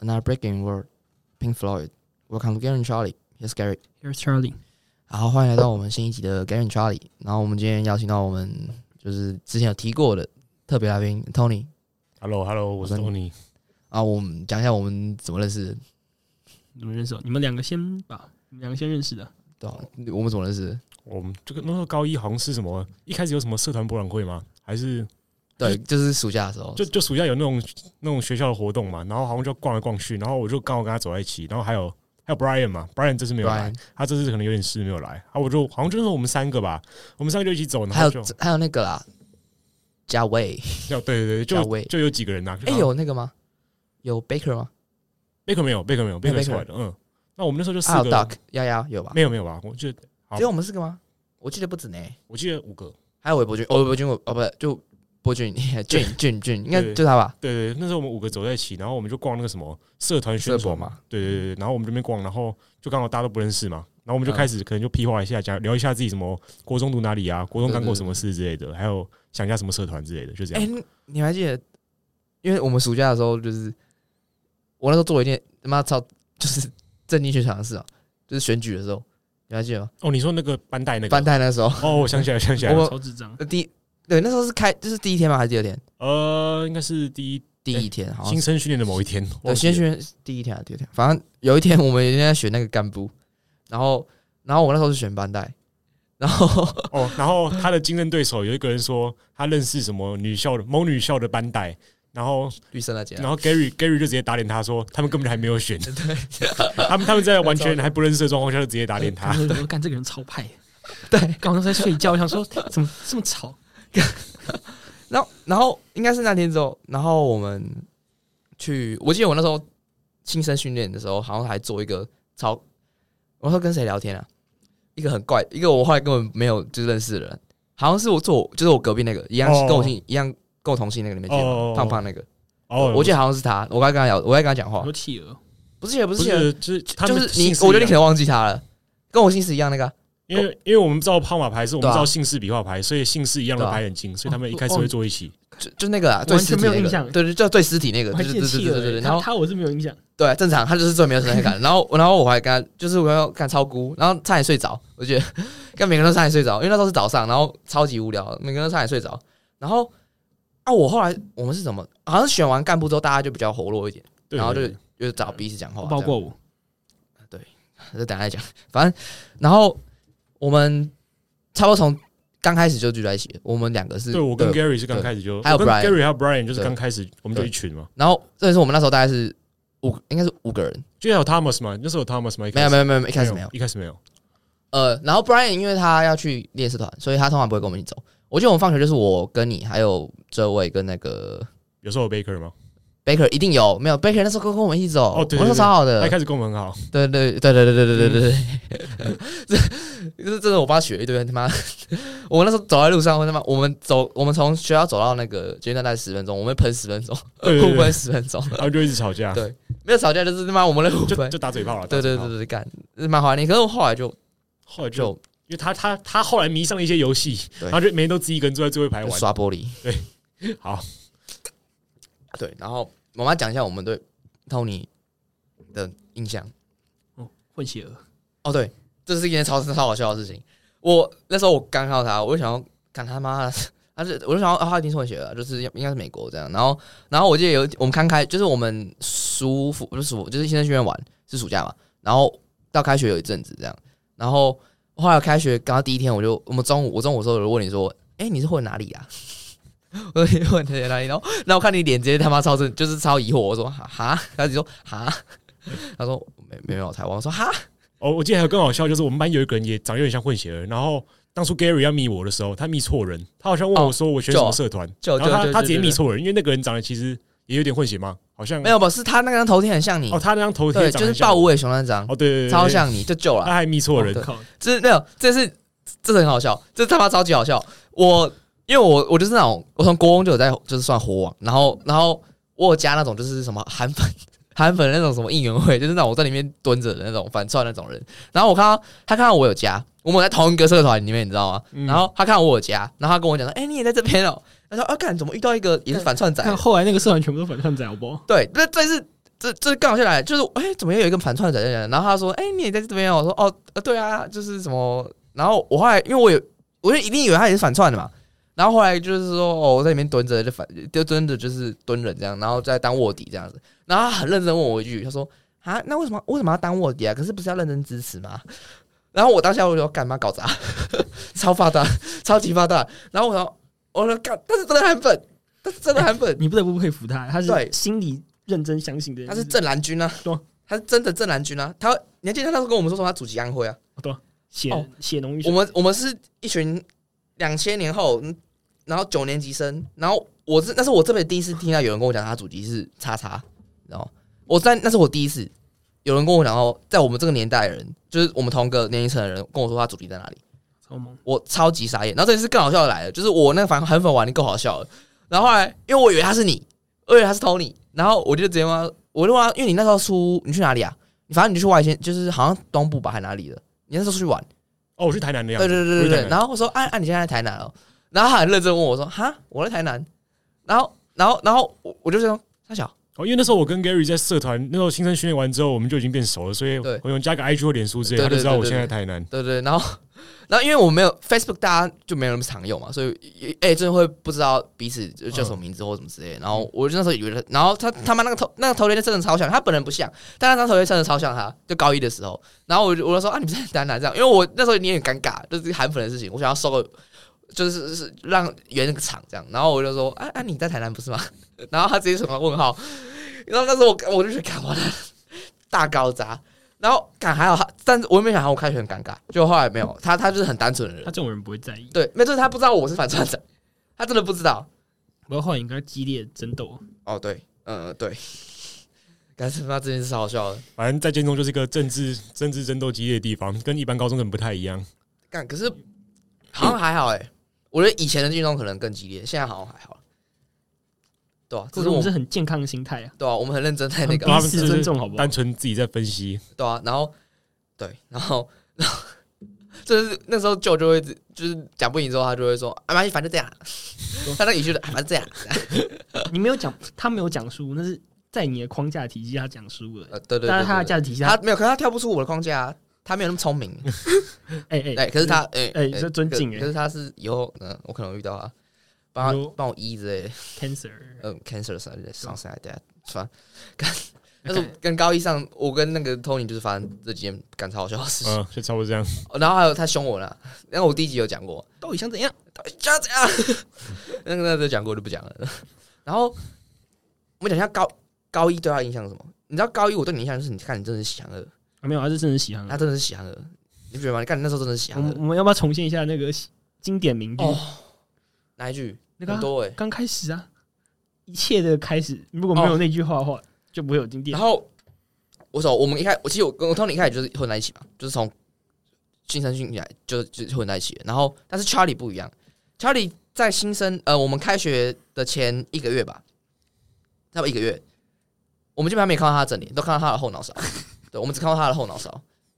Another Breaking World、Pink Floyd、Welcome to Gary and Charlie、Here's Gary。 Here's Charlie，好，欢迎来到我们新一集的 Gary and Charlie。然后我们今天邀请到我们就是之前有提过的特别来宾 Tony Hello Hello，我是我是 Tony。啊，我们讲一下我们怎么认识的，你们认识哦？你们两个先吧，你们两个先认识的。对吧、我们怎么认识的？我们这个那时候高一好像是什么，一开始有什么社团博览会吗？还是对，就是暑假的时候，就就暑假有那种那种学校的活动嘛？然后好像就逛来逛去，然后我就刚好跟他走在一起，然后还有还有 Brian 嘛，Brian 这次没有来 Brian，，他这次可能有点事没有来，啊，我就好像就是我们三个吧，我们三个就一起走，然还后有就还有那个啦，嘉伟，要对对对，嘉就伟就有几个人呐、哎、有那个吗？有 Baker 吗？贝克没有，贝克没有，贝克 Baker 出来的，嗯，那我们那时候就四还有个， Duck 啊丫丫有吧？没有没有吧？我就好只有我们四个吗？我记得不止呢，我记得五个，还有韦伯君，哦，韦伯君，我哦，不，就博君， 俊俊俊，应该对就他吧？对对，对那时候我们五个走在一起，然后我们就逛那个什么社团宣社传博嘛，对对对，对然后我们这边逛，然后就刚好大家都不认识嘛，然后我们就嗯开始可能就屁话一下，讲聊一下自己什么国中读哪里啊，国中干过什么事之类的，还有想一下什么社团之类的，就这哎、样。你你还记得？因为我们暑假的时候，就是我那时候做了一件他妈超就是震惊全场的事啊，就是选举的时候，你还记得吗？哦，你说那个班带那个班代那时候，哦，我想起来，想起来，我超智障，呃第一对那时候是开，就是第一天吗？还是第二天？呃，应该是第一第一天，好像新是生训练的某一天，对忘记新了学院第一天还是第二天？反正有一天我们人家选那个干部，然后然后我那时候是选班代，然后 哦，然后他的竞争对手有一个人说他认识什么女校的某女校的班带，然后绿色那节啊，然后 Gary Gary 就直接打脸他说他们根本还没有 选，他们他们在完全还不认识的状况下就直接打脸他我，嗯就说干这个人超派，对，刚刚在睡觉，我 想说怎么这么吵？然后然后应该是那天之后，然后我们去，我记得我那时候新生训练的时候，好像还做一个超，我那时候跟谁聊天啊？一个很怪，一个我后来根本没有就认识的人，好像是我坐我就是我隔壁那个一样是跟我姓、一样跟我同姓那个你们记得吗？哦胖胖那个，哦，我记得好像是他，我刚刚跟他聊，我在跟他讲话我，说企鹅，不是也不不是也是就是他就们是你姓，氏我觉一得你样可能忘记他了，跟我姓氏一样那个啊、因为因为我们知道号码牌是我对们啊哦知道姓氏笔画牌，所以姓氏一样的牌很近，所以他们一开始会坐一起。就就那个啊，最完尸全体没有那印个，象对对，就最尸体那个，我对还对对记得对企对对鹅，对，欸然后他他我是没有印象，对，正常，他就是最没有存在感。然后， 然后我还跟他，就是我要看超姑，然后差点睡着。我觉得跟每个人都差点睡着，因为那时候是早上，然后超级无聊，每个人都差点睡着。然后啊，我后来我们是怎么？好像选完干部之后，大家就比较活络一点，对然后就对对就找彼此讲话。包括我，这样，就等下再讲。反正，然后我们差不多从刚开始就聚在一起了，我们两个是对我跟对 Gary 是刚开始就，还有我跟 Brian Gary 还有 Brian 就是对刚开始我们就一群嘛，然后这是我们那时候大概是五，应该是五个人。就还有 Thomas 嘛，那时候有 Thomas 嘛，没一开有始没有没有，一开始没有。一开始没有，呃，然后 Brian 因为他要去烈士团，所以他通常不会跟我们一起走。我记得我们放学就是我跟你，还有这位跟那个有时候有 Baker 嘛， Baker 一定有没有 Baker 那时候跟跟我们一起走，哦对对我那时候超好他的一，开始跟我们很 好，对对对对对对对对对对，这这真的我帮他学一堆他妈，我那时候走在路上，我他妈我们走我们从学校走到那个捷运站大概十分钟，我们喷十分钟，对对互对喷，十分钟，然后就一直吵架对，没有吵架就是他妈我们在互就喷，就打嘴炮了。对对打对对，嘴炮，干蛮怀念。可是我后来就后来就就因为他他他后来迷上了一些游戏，对然后就每天都自己一个人坐在最后一排玩。刷玻璃，好，对，然后我们要讲一下我们对 Tony 的印象。哦，混企鹅，哦，对，这是一件超超好笑的事情。我那时候我刚看到他，我就想要干他妈的，他是我就想要啊，他一定是混血的，就是应该是美国这样。然后，然后我记得有一我们刚开，就是我们暑服不是暑，就是新生学院玩是暑假嘛，然后到开学有一阵子这样，然后后来开学刚到第一天，我就我们中午我中午的时候我就问你说，哎、你是混哪里啊？ 我说你混哪里？然后，然后我看你脸直接他妈超正，就是超疑惑。我说哈，哈他就说哈，他说没没有台湾。我说哈，哦，我记得还有更好笑，就是我们班有一个人也长得有点像混血儿，然后当初 Gary 要密我的时候，他密错人，他好像问哦我说我选什就么社团，就然哦就后他就他直接就密错人，因为那个人长得其实也有点混血嘛，好像没有吧？是他那个人头贴很像你哦，，他那张头对，贴就长得是像豹无尾熊那张，哦，对对啊对，对超，像你，就救了。他还密错人对，哦靠，这是没有，这是这是很好笑，这他妈超级好笑。我因为我我就是那种，我从国中就有在就是算火网，然后然后我有加那种就是什么韩粉韩粉那种什么应援会，就是那种我在里面蹲着的那种反串那种人。然后我看到他看到我有加，我们在同一个社团里面，你知道吗？嗯然后他看到我有加，然后他跟我讲说：“哎、你也在这嗯边哦。”他说：“啊，干怎么遇到一个也是反串仔？”哦看后来那个社团全部都反串仔，好不好？对，那这是这这刚好下来就是，哎、怎么又有一个反串的人？然后他说，哎、你也在这边哦？我说，哦，呃，对啊，就是什么？然后我后来因为我有，我就一定以为他也是反串的嘛。然后后来就是说，哦，我在里面蹲着，就反就蹲着就是蹲人这样，然后再当卧底这样子。然后他很认真问我一句，他说，啊，那为什么为什么要当卧底啊？可是不是要认真支持吗？然后我当下我就说干嘛搞砸， 超发达，超级发达。然后我说，我说干，但是真的很粉，但是真的很粉。你不得不佩服他，他对是心里认真相信的人，他是就是正蓝军啊对啊， 他是真的正蓝军啊。他你还记得他那时候跟我们说什么？他祖籍安徽啊。哦血血浓于我水。们我们是一群两千年后，嗯然后九年级生，然后我是那是我这辈子第一次听到有人跟我讲他祖籍是叉叉，你知道吗？我在那是我第一次有人跟我讲哦，在我们这个年代的人，就是我们同个年龄层的人跟我说他祖籍在哪里。超萌，我超级傻眼。然后这次更好笑的来了，就是我那个反韩粉玩的够好笑了。然后后来，因为我以为他是你，我以为他是 Tony，然后我就直接问他，我就问他，因为你那时候出你去哪里啊？你反正你就去外县，就是好像东部吧，还哪里的？你那时候出去玩？哦，我去台南的样对子，对对对我去台对。南然后我说，啊啊，你现在在台南哦。然后他很认真问我说，哈，我在台南。然后然后然后我我就说，他小，哦，因为那时候我跟 Gary 在社团，那时候新生训练完之后，我们就已经变熟了，所以对我用加个 IG 或脸书之类，对他就对知道对我对现在在对台南。对对，然后然后因为我没有 Facebook，大家就没有那么常用嘛，所以哎、真的会不知道彼此就叫什么名字或什么之类的。然后我就那时候以为他，然后他他妈那个头那个头贴真的超像，他本人不像，但他那头贴真的超像他，就高一的时候。然后我就我就说啊，你们在台南这样，因为我那时候也很尴尬，就是韩粉的事情，我想要收个。就是是让圆个场这样，然后我就说，啊啊，你在台南不是吗？然后他直接什么问号，然后那时候我我就去看完了，大高砸，然后感还好他，但是我也没想到我开学很尴尬，就后来没有他，他就是很单纯的人他这，种人不会在意。对，没就是他不知道我是反串仔，他真的不知道。我要后来你跟他激烈争斗，哦，对，呃， 对，但是他这件事超好笑的，反正在建中就是一个政治政治争斗激烈的地方，跟一般高中生不太一样。干可是 好像还好哎、我觉得以前的运动可能更激烈，现在好像还好。对啊，这这是种我是们很健康的心态啊。对啊，我们很认真在那个很他彼们此只是尊重好不好单纯自己在分析，对啊，然后对， 然后然后就是那时候舅就会就是讲不赢之后，他就会说啊，没关系反正这样，他那语气就是啊，反正这样。你没有讲，他没有讲输，那是在你的框架体系下讲输了。呃，对对对但对是他的对价值体系，他他没有，可是他跳不出我的框架、啊，他没有那么聪明。哎 哎哎、可是他，哎、哎这尊敬哎可可是他是以后，嗯、我可能会遇到啊，帮你他说帮我医之类的， cancer，嗯，cancer 啥的，something like that，算。 干，但是我跟高一上，我跟那个 Tony 就是发生这几件干超好笑的事情、哦嗯，就差不多这样。然后还有他凶我了，然后我第一集有讲过，到底想怎样？就要这样， 那个那个讲过就不讲了。 然后我们讲一下高高一对他的印象是什么？你知道高一我对你的印象就是，你看你真的是喜憨儿，啊没有，他是真的喜欢他真的是喜憨儿，你不觉得吗？你看你那时候真的是喜我憨儿们。我们要不要重现一下那个经典名句？哦，哪一句？那个啊很多哎、欸。刚开始啊，一切的开始，如果没有那句话的话，就不会有经典哦然。后我走，我们一开，我其实我跟我 Tony 一开始就是混在一起嘛，就是从新生训以来就就混在一起了。然后，但是 Charlie 不一样，Charlie 在新生呃，我们开学的前一个月吧，差不多一个月，我们基本上没看到他的正脸，都看到他的后脑勺。对，我们只看到他的后脑勺，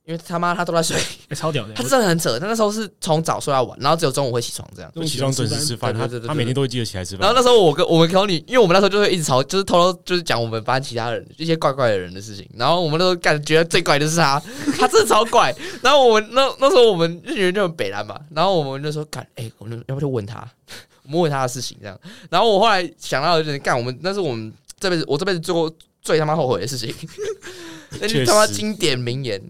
因为他妈他都在睡，哎超屌的，他我真的很扯。他那时候是从早睡到晚，然后只有中午会起床这样。就起床准时吃饭，对他对对对对他每天都会记得起来吃然后饭。那时候我跟我们 Tony，因为我们那时候就会一直吵，就是偷偷就是讲我们班其他人一些怪怪的人的事情。然后我们那时候感觉得最怪的就是他， 他真的超怪。然后我们那那时候我们就觉得就很北蓝嘛，然后我们就说干，哎、我们要不就问他，我们问他的事情这样。然后我后来想到的就是干，我们那是我们这辈子我这辈子做过最他妈后悔的事 情，那确句实他妈经典名言，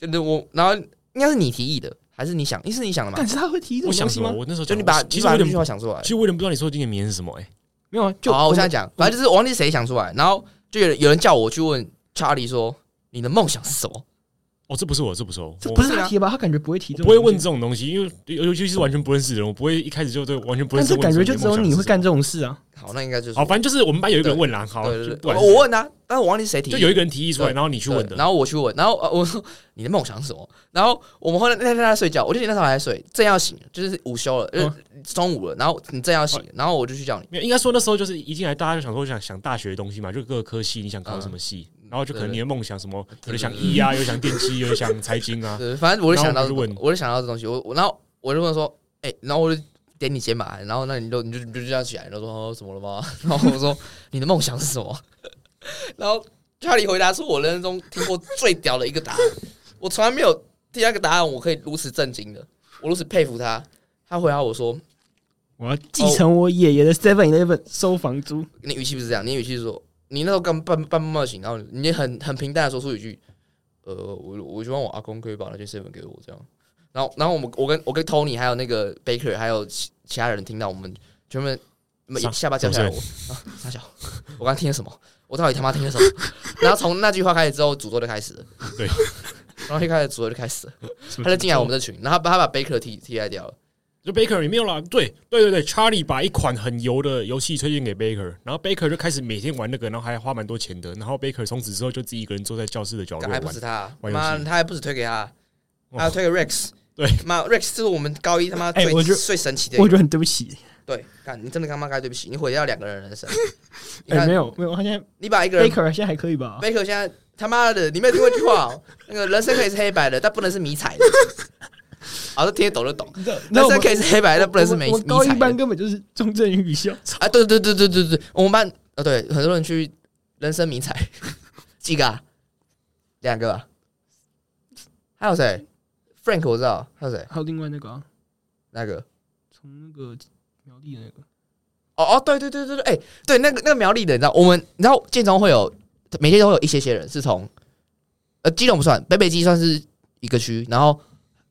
就是我，然后应该是你提议的，还是你想？是你想的吗但？是他会提这我种东想什西么？吗？我那时候就讲你把其你实把我有那句点，话想出来其。实我有点不知道你说的经典名言是什么。哎，没有啊，就好、哦我现在们讲，反正就是我忘记谁想出来，然后就有人有人叫我去问查理说你的梦想是什么？哦，这不是我，这不是我，这我不是他提的吧？他感觉不会提这种，我不会问这。种东西，因为尤尤其是完全不认识的人，我不会一开始就对完全不认但识是的感问觉说就的只有梦想你是会什干么。这种事啊！好，那应该就是好，我反正就是我们班有一个人问啦，好，对对就对，不管我我问他，但是我忘记谁提就的，有一个人提议出来，对然后你去对问的，然后我去问，然后呃我说你的梦想是什么？然后我们后来那天在睡觉，我记得那时候还在睡，正要醒，就是午休了，就是嗯中午了，然后你正要哦醒，然后我就去叫你，没有，应该说那时候就是一进来，大家就想说想想大学的东西嘛，就各个科系你想考什么系，然后就可能你的梦想什么，有人想医啊，有人想电机，有人想财经啊，对，反正我就想到，然后我就问我就想到这东西，我我然后我就问说，哎、然后我就点你肩膀，然后那你就你就 你就这样起来，然后说、哦、怎么了吗？然后我说你的梦想是什么？然后查理回答是我人生中听过最屌的一个答案，我从来没有第二个答案我可以如此震惊的，我如此佩服他。他回答我说我要继承我爷哦爷的 Seven Eleven 收房租。：“你语气不是这样，你语气是说你那时候刚半半梦半醒，然后你很很平淡的说出一句，呃，我我希望我阿公可以把那些 seven 给我这样。”然后，然后我们我跟我跟 Tony 还有那个 Baker 还有其其他人听到我们全部傻人下巴掉下来我，啊，傻笑，我刚听了什么？我到底他妈听了什么？ 然后从那句话开始之后，诅咒就开始了。对， 然后一开始诅咒就开始了，他就进来我们这群，然后他把他把 Baker 替替代掉了。就 Baker 也没有啦，对对对对，Charlie 把一款很油的游戏推荐给 Baker，然后 Baker 就开始每天玩那个，然后还花蛮多钱的，然后 Baker 从此之后就自己一个人坐在教室的角落还不玩止，他，啊玩游戏妈，他还不止推给他，哇还有推给 Rex。对，妈，Rex 是我们高一他妈哎最我觉得最神奇的一我个。觉得很对不起，对，干，你真的他妈该对不起，你毁掉两个人的人 生。你哎，看没，啊有没有，他现在你把一个人 Baker 现在还可以吧？ Baker 现在他妈的，你没有听过一句话哦，那个人生可以是黑白的，但不能是迷彩 的。好，这听得懂就懂。你知道你知道人我生们可以是黑白的，但不能是迷我迷们高一彩的班。根本就是中正与校， 啊，对对对对对对，我们班呃，对，很多人去人生迷彩， 几个、啊？两个、啊，还有谁？Frank 我知道，还有谁？还有另外那个啊那个？从那个苗栗的那个，哦哦，对对对对对，哎、对，那个那个苗栗的，你知道我们，你知道建中会有每天都会有一些些人是从，呃，基隆不算，北北基算是一个区，然后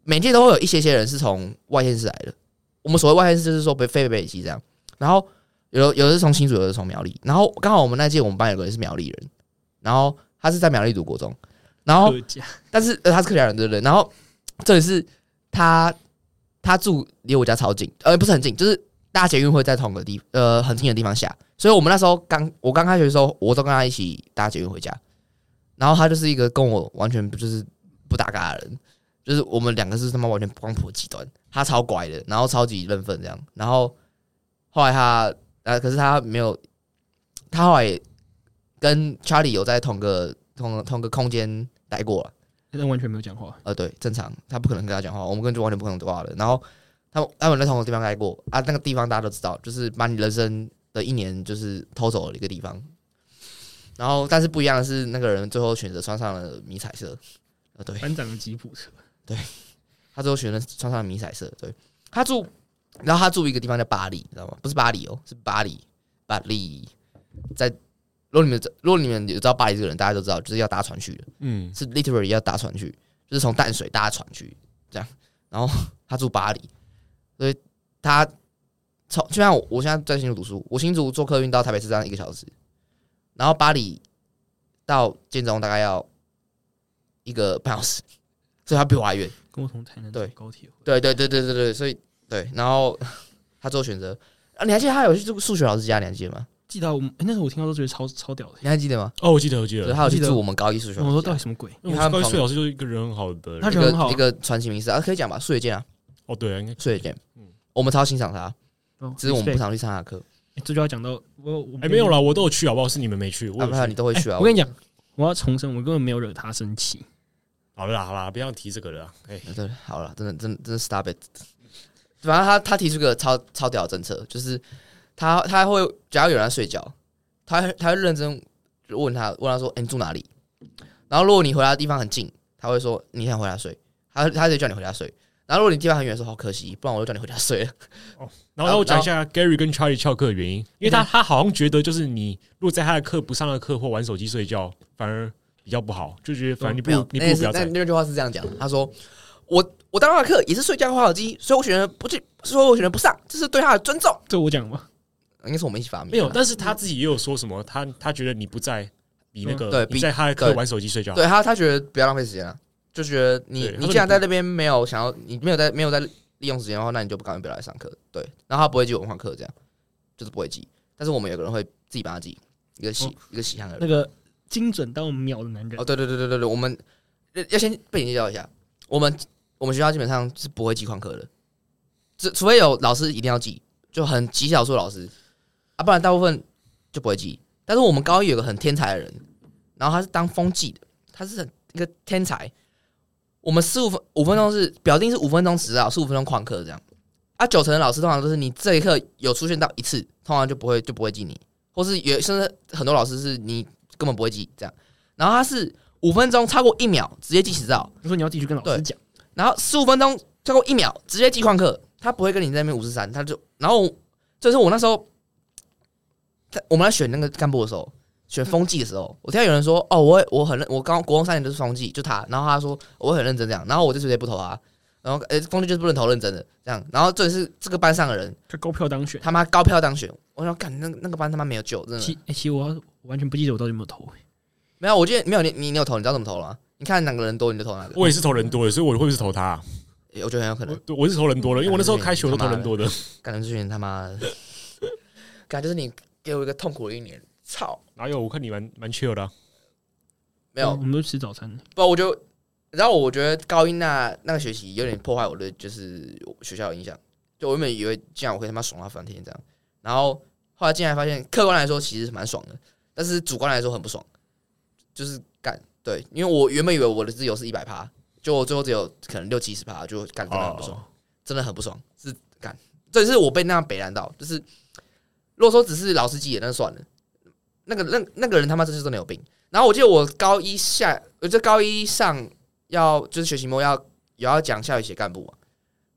每天都会有一些些人是从外县市来的。我们所谓外县市就是说北非北北基这样，然后有有的是从新竹，有的是从苗栗，然后刚好我们那届我们班有个人是苗栗人，然后他是在苗栗读国中，然哦后客家但是、呃、他是客家人，对不对？然后这里是他他住离我家超近，呃，不是很近，就是大捷运会在同个地呃很近的地方下，所以我们那时候刚我刚开学的时候，我都跟他一起搭捷运回家，然后他就是一个跟我完全不就是不搭嘎的人，就是我们两个是他妈完全光谱极端，他超乖的，然后超级认份这样，然后后来他呃可是他没有，他后来也跟 Charlie 有在同个同同个空间待过了。但完全没有讲话。呃，对，正常，他不可能跟他讲话，我们根本就完全不可能对话了。然后他们他们在同一个地方待过啊，那个地方大家都知道，就是把你人生的一年就是偷走了一个地方。然后，但是不一样的是，那个人最后选择穿上了迷彩色，呃，对班长的吉普车，他最后选择穿上了迷彩色，对他住，然后他住一个地方叫巴黎，你知道吗？不是巴黎哦，是巴黎，巴黎在。如果你们知如果你们有知道巴黎这个人，大家都知道，就是要搭船去的。嗯，是 literally 要搭船去，就是从淡水搭船去这样。然后 他住巴黎，所以他从就像我我现在在新竹读书，我新竹坐客运到台北车站一个小时，然后巴黎到建中大概要一个半小时，所以他比我还远。跟我从台南对高铁回对对对对对对，所以对，然后 他做选择啊，你还记得他有去住数学老师家，你还记得吗？记得啊我们、哎那时候我听到都觉得超超屌的、你还记得吗？哦，我记得我记对，得，他有去记得住我们高一数学然后老我说师到家底，什么鬼？因因为为他们高一旁岁老师就是一个人很好的他人，一人很好个一个传奇名师啊，可以讲吧？数学界啊，哦，对，应该数学界，嗯我们超欣赏他，哦只是我们不 respect 常去上他的课，哎这就要讲到我我哎没有啦，我都有去好不好？是你们没去，我啊，有不然你去。都会去哎啊。我跟你讲，我要重申，我根本没有惹他生气。好了啦，好啦，不要提这个了啦，哎，讲，对，好了，真的，真的，真的 stop it。反正他他提出个超超屌的政策，就是他他会，只要有人在睡觉，他会他会认真问他问他说：“哎、你住哪里？”然后如果你回答的地方很近，他会说：“你想回家睡。”他他就叫你回家睡。然后如果你地方很远，说：“好可惜，不然我就叫你回家睡了。然后我讲一下 Gary 跟 Charlie 翘课的原因，嗯因为他他好像觉得就是你如果在他的课不上了课或玩手机睡觉，反而比较不好，就觉得反正你”不如你不嗯那如是不要那在。那句话是这样讲的，他说：“我我当他的课也是睡觉划手机，所以我选择不去，所以我选择不上，这是对他的尊重。这我讲吧，”应该是我们一起发明的没有，但是他自己也有说什么，他他觉得你不在，比那嗯个对你比在他的课对玩手机睡觉好，对他，他觉得不要浪费时间了，就觉得你对他你说既然你在不那边没有想要，你没有在没有在利用时间的话，那你就不赶快不要来上课。对，然后他不会记文化课，这样就是不会记。但是我们有个人会自己帮他记，一个哦喜、一个喜憨儿那。个精准到秒的男人哦，，对对对对对对，我们呃要先背景介绍一下，我们我们学校基本上是不会记旷课的，只除非有老师一定要记，就很极少数老师啊，不然大部分就不会记。但是我们高一有个很天才的人，然后他是当风纪的，他是很一个天才。我们十五分五分钟是表定是五分钟迟到，十五分钟旷课这样。啊，九成的老师通常都是你这一课有出现到一次，通常就不会就不会记你，或是有甚至很多老师是你根本不会记这样。然后他是五分钟超过一秒直接记迟到，你说你要继续跟老师对讲，然后十五分钟超过一秒直接记旷课，他不会跟你在那边五十三，他就然后就是我那时候，在我们在选那个干部的时候，选风纪的时候，我听到有人说哦，我我很认，我刚国中三年就是风纪，就他，然后他说我会很认真这样，然后我就直接不投他。然后，呃，风纪就是不能投认真的这样。然后，这是这个班上的人，他高票当选。他妈高票当选。我想，干那那个班他妈没有救，真的。其欸其实我要我完全不记得我到底有没有投，欸没有，我记得没有你，你你有投，你知道怎么投了吗？你看哪个人多你就投哪个，我也是投人多的，所以我会不会是投他、诶我觉得很有可能我。对我是投人多的，因为我那时候开学我都投人多的，感觉就是你他妈的， 感觉就是你给我一个痛苦的一年，操！哪有？我看你蛮蛮 chill 的啊、没有我，们都吃早餐了。不，我就，然后我觉得高一那那个学期有点破坏我的就是学校的影响，就我原本以为这样我可以他妈爽到翻天这样，然后后来进来发现，客观来说其实蛮爽的，但是主观来说很不爽，就是干对，因为我原本以为我的自由是一百趴，就我最后只有可能六七十趴，就干真的很不爽。哦 真的很不爽，是干，这是我被那样北兰到，就是如果说只是老司机也那算了，那个那那个人他妈就是真的有病。然后我记得我高一下，我这高一上要就是学期末要也要讲下学期的干部嘛，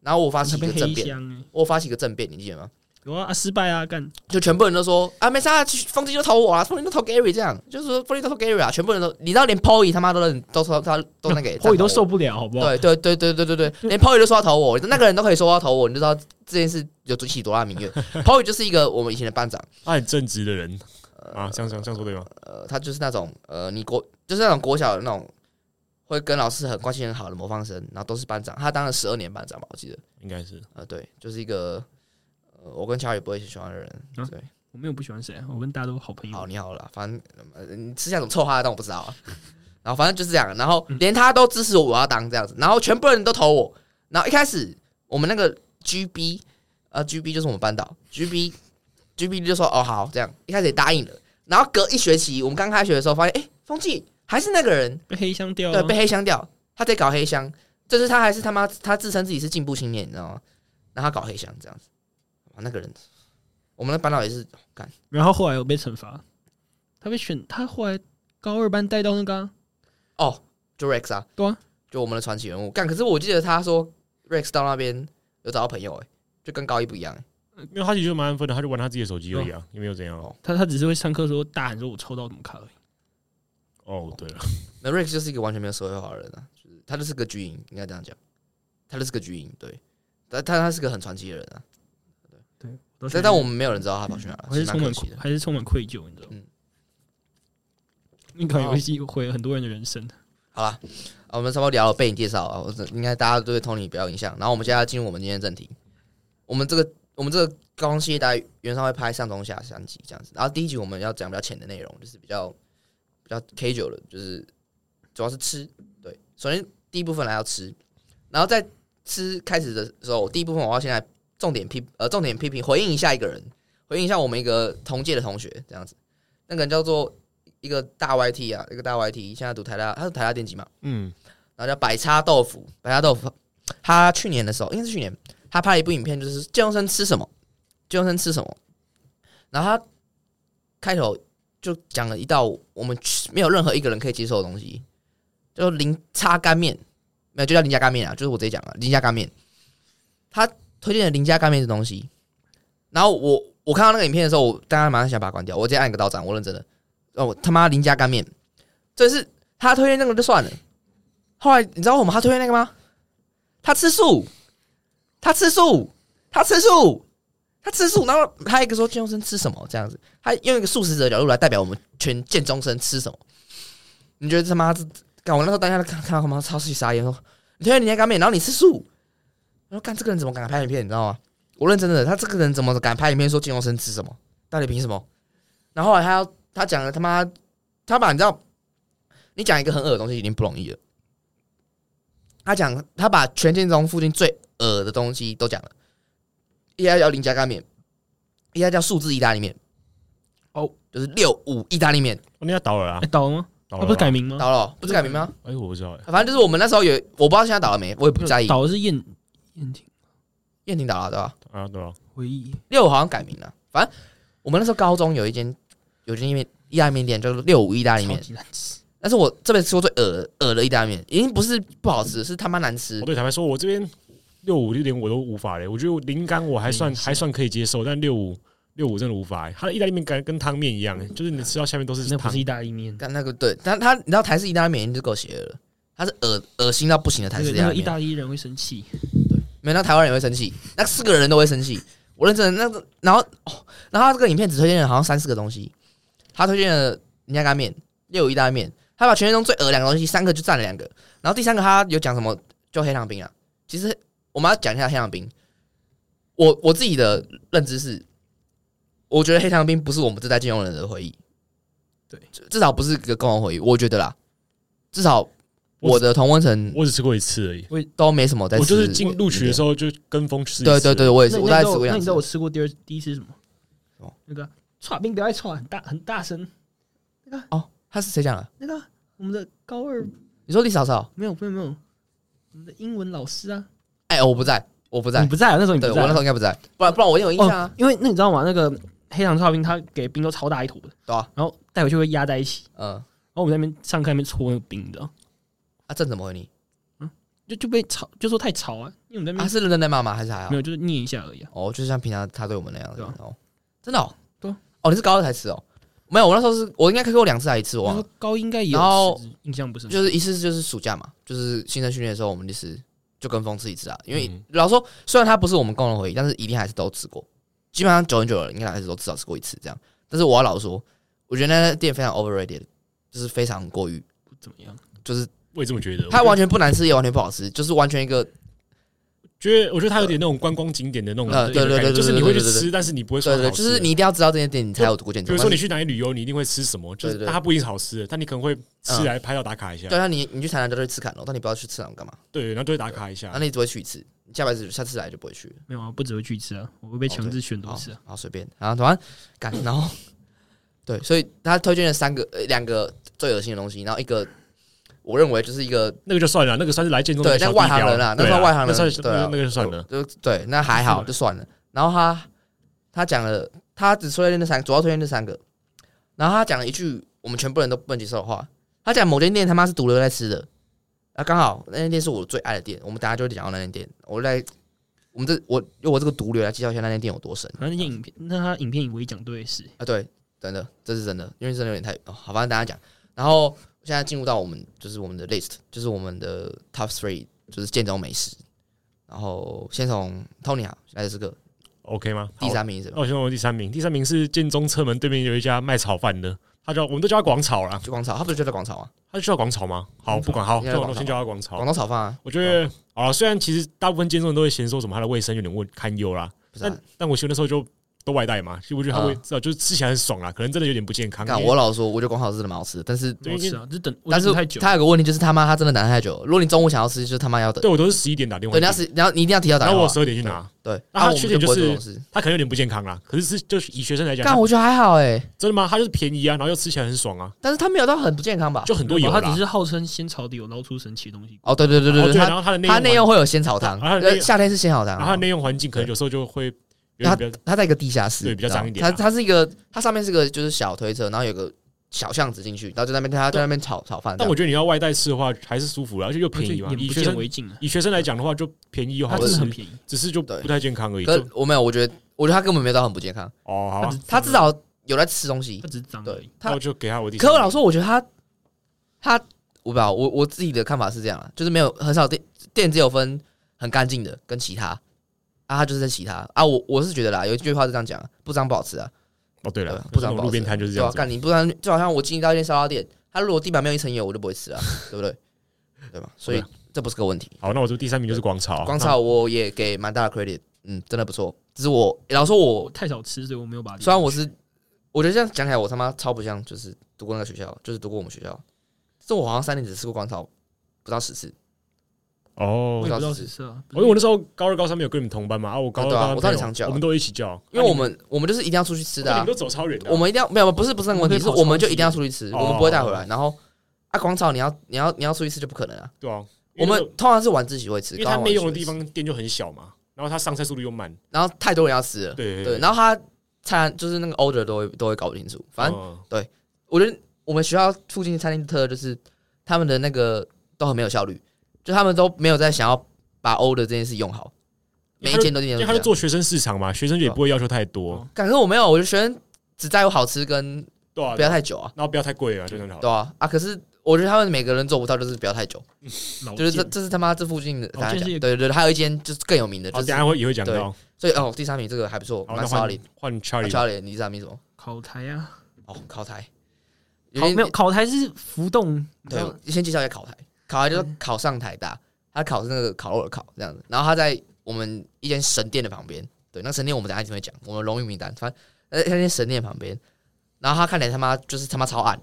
然后我发起那一个边政黑变，箱欸我发起一个政变，你记得吗？有啊啊失败啊干，就全部人都说啊，没事啊，风纪就投我啊，风纪就投 Gary 这样，就是说风纪就投 Gary 啊，全部人都，你知道连 Poy 他妈都认都说他都那个，后都受不了，好不好？对对对对对对对，连 Poy 都说要投我，那个人都可以说要投我，你就知道这件事有引起多大民 怨。Poy 就是一个我们以前的班长，他很正直的人啊，这样这样这样说对吗？呃，他就是那种呃，你国就是那种国小的那种会跟老师很关系很好的模范生，然后都是班长，他当了十二年班长吧，我记得，应该是呃，对，就是一个呃，我跟乔也不会喜欢的人，啊对，我没有不喜欢谁啊，我跟大家都好朋好，友。你好了，反正、呃、你是想怎么臭话，但我不知道啊。然后反正就是这样，然后连他都支持我，我要当这样子，然后全部人都投我。然后一开始我们那个 GB，呃，GB 就是我们班导，GB GB 就说哦好这样，一开始也答应了。然后隔一学期，我们刚开学的时候发现，哎，风纪还是那个人，被黑箱掉啊，对，被黑箱掉，他在搞黑箱，就是他还是他妈他自称自己是进步青年，你知道吗？然后他搞黑箱这样子，哇那个人，我们的班导也是然后后来我被惩罚，他被选，他后来高二班带到那个啊、哦，就 Rex 啊，对啊，就我们的传奇人物。干，可是我记得他说 Rex 到那边有找到朋友、欸，就跟高一不一样、欸。因为他其实就蛮安分的，他就玩他自己的手机而已啊，也没有怎样哦。他他只是会上课说大喊说我抽到什么卡而已。哦，对了，那 Rex 就是一个完全没有社会化的人啊，就是他就是个巨婴，应该这样讲，他就是个巨婴，对。但但他是个很传奇的人啊，对，都但但我们没有人知道他跑去哪了，还是蛮充可满惜的。还是充满愧疚，你知道吗嗯？哦你可能会击毁了很多人的人生。好了，啊我们差不多聊了背景介绍啊，我这应该大家对 Tony 比较有印象。然后我们现在进入我们今天的正题，我们这个我们这个高中系列大概原上会拍上中下三集这样子。然后第一集我们要讲比较浅的内容，就是比较比较 K 九的，就是主要是吃。对，首先第一部分来要吃，然后在吃开始的时候，第一部分我要先来重点批呃重点批评回应一下一个人，回应一下我们一个同届的同学这样子，那个人叫做。一个大 YT 啊，一个大 YT，现在读台大，他是台大电机嘛，嗯，然后叫百叉豆腐，百叉豆腐，他去年的时候，应该是去年，他拍了一部影片，就是建中生吃什么，建中生吃什么，然后他开头就讲了一道我们没有任何一个人可以接受的东西，叫做零叉干面，没有就叫林家干面啊，就是我直接讲了林家干面，他推荐的林家干面这东西，然后我我看到那个影片的时候，我当然马上想把它关掉，我直接按一个倒斩，我认真的，哦他妈林家干面，这是他推荐那个就算了。后来你知道我们他推荐那个吗？他吃素，他吃素，他吃素，他吃素。然后他一个说建中生吃什么这样子，他用一个素食者的角度来代表我们全建中生吃什么。你觉得他妈这？干我那时候当下看看到他妈超级傻眼，说你推荐人家干面，然后你吃素，然后干这个人怎么敢拍影片，你知道吗？我认真的，他这个人怎么敢拍影片说建中生吃什么？到底凭什么？然后后来他要他讲了他妈他把你知道，你讲一个很恶的东西已经不容易了。他讲他把全建中附近最恶的东西都讲了，一家叫林家干面，一家叫数字意大利面，哦，就是六五意大利面，哦那家倒了啊哎，，倒了吗？倒他了啊，不是改名吗？倒了不是改名吗？哎，我不知道哎，反正就是我们那时候有，我不知道现在倒了没，我也不在意。倒的是燕燕婷燕婷倒了对吧？啊，对啊，回忆，六五好像改名了，反正我们那时候高中有一间有一间面意大利面店叫做六五意大利超面，级难吃。但是我这辈子吃过最恶恶的意大利面，已经不是不好吃，是他妈难吃嗯我。对坦白说，我这边六五六点我都无法嘞。我觉得零干我还算嗯是还算可以接受，但六五六五真的无法欸。它的意大利面感觉跟汤面一样欸，就是你吃到下面都是那不汤是。意大利面，但那个对，但他你知道台式意大利面已经就够邪恶了，他是恶恶心到不行的台那式个意那大个利意面，大利人会生气。没有那台湾人会生气，那四个人都会生气。我认真的那个，然后哦，然后他这个影片只推荐了好像三四个东西，他推荐了人家干面、六五意大利面，他把全片中最恶两个东西三个就占了两个，然后第三个他有讲什么就黑糖冰啊，其实我们要讲一下黑糖冰，我我自己的认知是，我觉得黑糖冰不是我们这代金融人的回忆，对至，至少不是个共同回忆，我觉得啦，至少我我的同温层我只吃过一次而已，都没什么在吃，我就是进录取的时候，候就跟风吃一次。对对对，我也是，那我大那概吃你知道过那两你知道次我，吃过第二第一次是什么什么？那个串冰不要再串，很大很大声。哦，他是谁讲的？那个我们的高二你说李嫂嫂？没有没有没有，我们的英文老师啊，哎，我不在，我不在你，不在啊，那时候你不对我在啊。那时候应该不在，不然不然我有印象哦啊，，因为那你知道吗？那个黑糖刨冰，它给冰都超大一坨的，对啊，然后带回去会压在一起，嗯，然后我们在那边上课那边搓那个冰的，啊，正怎么回你？就就被吵，就说太吵啊，因为我们在那他边、是认真在骂吗？还是还好没？有，就是念一下而已啊。哦，就像平常他对我们那样子对啊哦，真的哦，对啊哦，你是高二才吃哦？没有，我那时候是我应该开过两次还是一次，我忘那了时，候高一应该也有啊然后吃，印象不是很就是一次就是暑假嘛，就是新生训练的时候，我们就是就跟风吃一次啊，因为嗯老实说虽然它不是我们共同回忆，但是一定还是都吃过，基本上九成九的人应该还是都至少吃过一次这样。但是我要老实说，我觉得那家店非常 overrated，就是非常过于，不怎么样。就是我也这么觉得。它我完全不难吃，也完全不好吃，就是完全一个觉得我觉得它有点那种观光景点的那种呃感对觉，对对对就是你会去对对对吃，但是你不会说对它对，好吃就是你一定要知道这间店，你才有过见比证。如说你去哪里旅游，你一定会吃什么，就对是对它不一定是好吃的，但你可能会吃嗯来拍照打卡一下对，啊，你你去台南就去吃砍楼，但你不要去吃砍楼干嘛？对，啊然后就会打卡一下那。你只会去一次，你下辈子下次来就不会去了。没有啊，不只会去一次啊，我会哦被强制选多好次啊。，好随便，然后反正干，然后对，所以他推荐了三个呃两个最恶心的东西，然后一个我认为就是一个那个就算了，那个算是来建中的对小那外行地标人啊那对啊，算外行人那算是对啊那个就算了。就对，那还好是就算了。然后他他讲了，他只推荐那三，主要推荐那三个，然后他讲了一句我们全部人都不能接受的话，他讲某间店他妈是毒瘤在吃的，啊，刚好那间店是我最爱的店，我们大家就会讲到那间店，我来。我们这我用我这个毒瘤来介绍一下那间店有多神反正那些影片，那他影片我也讲对是，啊！对，真的，这是真的，因为真的有点太哦，好，反正大家讲。然后现在进入到我们就是我们的 list，就是我们的 top three，就是建中美食。然后先从 Tony 啊好，来这个 OK 吗？第好三名是什么那？我先问第三名，第三名是建中侧门对面有一家卖炒饭的，他叫我们都叫他广炒啦，就广炒，他不是就在广炒啊？他就叫广炒吗？好，不管好，应该那叫我广先叫他广炒广。东炒饭啊，我觉得好了，虽然其实大部分建中人都会嫌说什么他的卫生有点问堪忧啦，不是啊、但但我学的时候就都外带嘛，其实我觉得他会嗯知道就是吃起来很爽啦，可能真的有点不健康。干因为我老实说，我觉得广炒是真的蛮好吃的，但是多吃啊，就等我但是等太久了，它有个问题就是他妈他真的等太久了。如果你中午想要吃，就他妈要等，对我都是十一点打电对，话去，你要是你要你一定要提早打然电后话我十二点去拿，对，那啊它我们缺点就不会就是做这种事。他可能有点不健康啦。可是是就是以学生来讲，但我觉得还好哎、真的吗？他就是便宜啊，然后又吃起来很爽啊，但是他没有到很不健康吧？就很多油他只啦。是号称先炒底有捞出神奇的东西，哦，对对对然后对对，对，然它后它的内它内用用会有仙草汤，然后它内呃夏天是仙草汤，环，然后它内用环境可能有时候就会有它点比较它在一个地下室，对比较脏一点它啊它是一个，它上面是个就是小推车，然后有个小巷子进去，然后就在那边他在那边炒炒饭这但样。我觉得你要外带吃的话，还是舒服啦，而且又而便且宜嘛。眼以不学见生为净啊，以学生来讲的话，就便宜又它好真吃的，很便宜。只是就对不太健康而已。可就是我没有，我觉得我觉得他根本没有到很不健康，哦，好它啊只，是他至少有在吃东西它。只是脏而对已。，他那我就给他我第三可名。我老实说，我觉得他他我不知道，我我自己的看法是这样啦，就是没有很少店店只有分很干净的跟其他啊，他就是在其他啊，我我是觉得啦，有一句话是这样讲，不脏不好吃啊，哦，对对了吧，，不那脏种不好吃啊。路边摊就是这对样啊子嘛。干你不然就好像我进到一间烧烤店，它如果地板没有一层油，我就不会吃啊，对不对？对吧？所以对啊哦这不是个问题。好，那我就第三名就是广草。光炒我也给蛮大的 credit，嗯，真的不错。只是我老实说我我太少吃，所以我没有把它虽然我是，我觉得这样讲起来，我他妈超不像，就是读过那个学校，就是读过我们学校。这我好像三年只吃过广草，不到十次。那哦我也，不知道是是是啊，因为我那时候高二高三没有跟你们同班嘛，啊，我高二啊对啊高三我知道你朋友常叫啊我们都一起叫，因为我啊们我们就是一定要出去吃你的、们你啊们，都走超远的啊，我们一定要没有不是不是那个问题，是我们可以跑我们超就级一定要出去吃，哦我们不会带回来。然后啊，广草你要你要你要出去吃就不可能啊。对啊，我因为那们个通常是晚自习会吃，因为高它中内晚用的自地习会吃，方店就很小嘛，然后它上菜速度又慢，然后太多人要吃了，对嗯对，然后他菜单就是那个 order 都会都会搞不清楚，反正正我觉得。我们学校附近的餐厅特色就是他们的那个都很没有效率，就他们都没有在想要把 order 这件事用好，每一间都这因样啊嗯为。他是做学生市场嘛，学生也不会要求太多，感觉我没有，我就学生只在乎好吃跟对啊，不要太久啊，然后不要太贵啊，就正常。对啊啊！可是我觉得他们每个人做不到，就是不要太久，老就是这剑这是他妈这附近的，哦大家这讲是一对个对对，还有一间就是更有名的，好，就等是一下会也会讲到。所以哦，第三名这个还不错，好，蛮那 s o 换 l 换 i Charlie， d 脸，啊你第三名什么？烤台啊，哦，烤台，烤没有烤台是浮动，你知道对，先介绍一下烤台，烤台嗯就是考上台大，他考是那个烤肉的烤这样子，然后他在我们一间神殿的旁边，对，那神殿我们等一下一定会讲，我们荣誉名单，反正呃那间神殿旁边，然后他看起来他妈就是他妈超暗，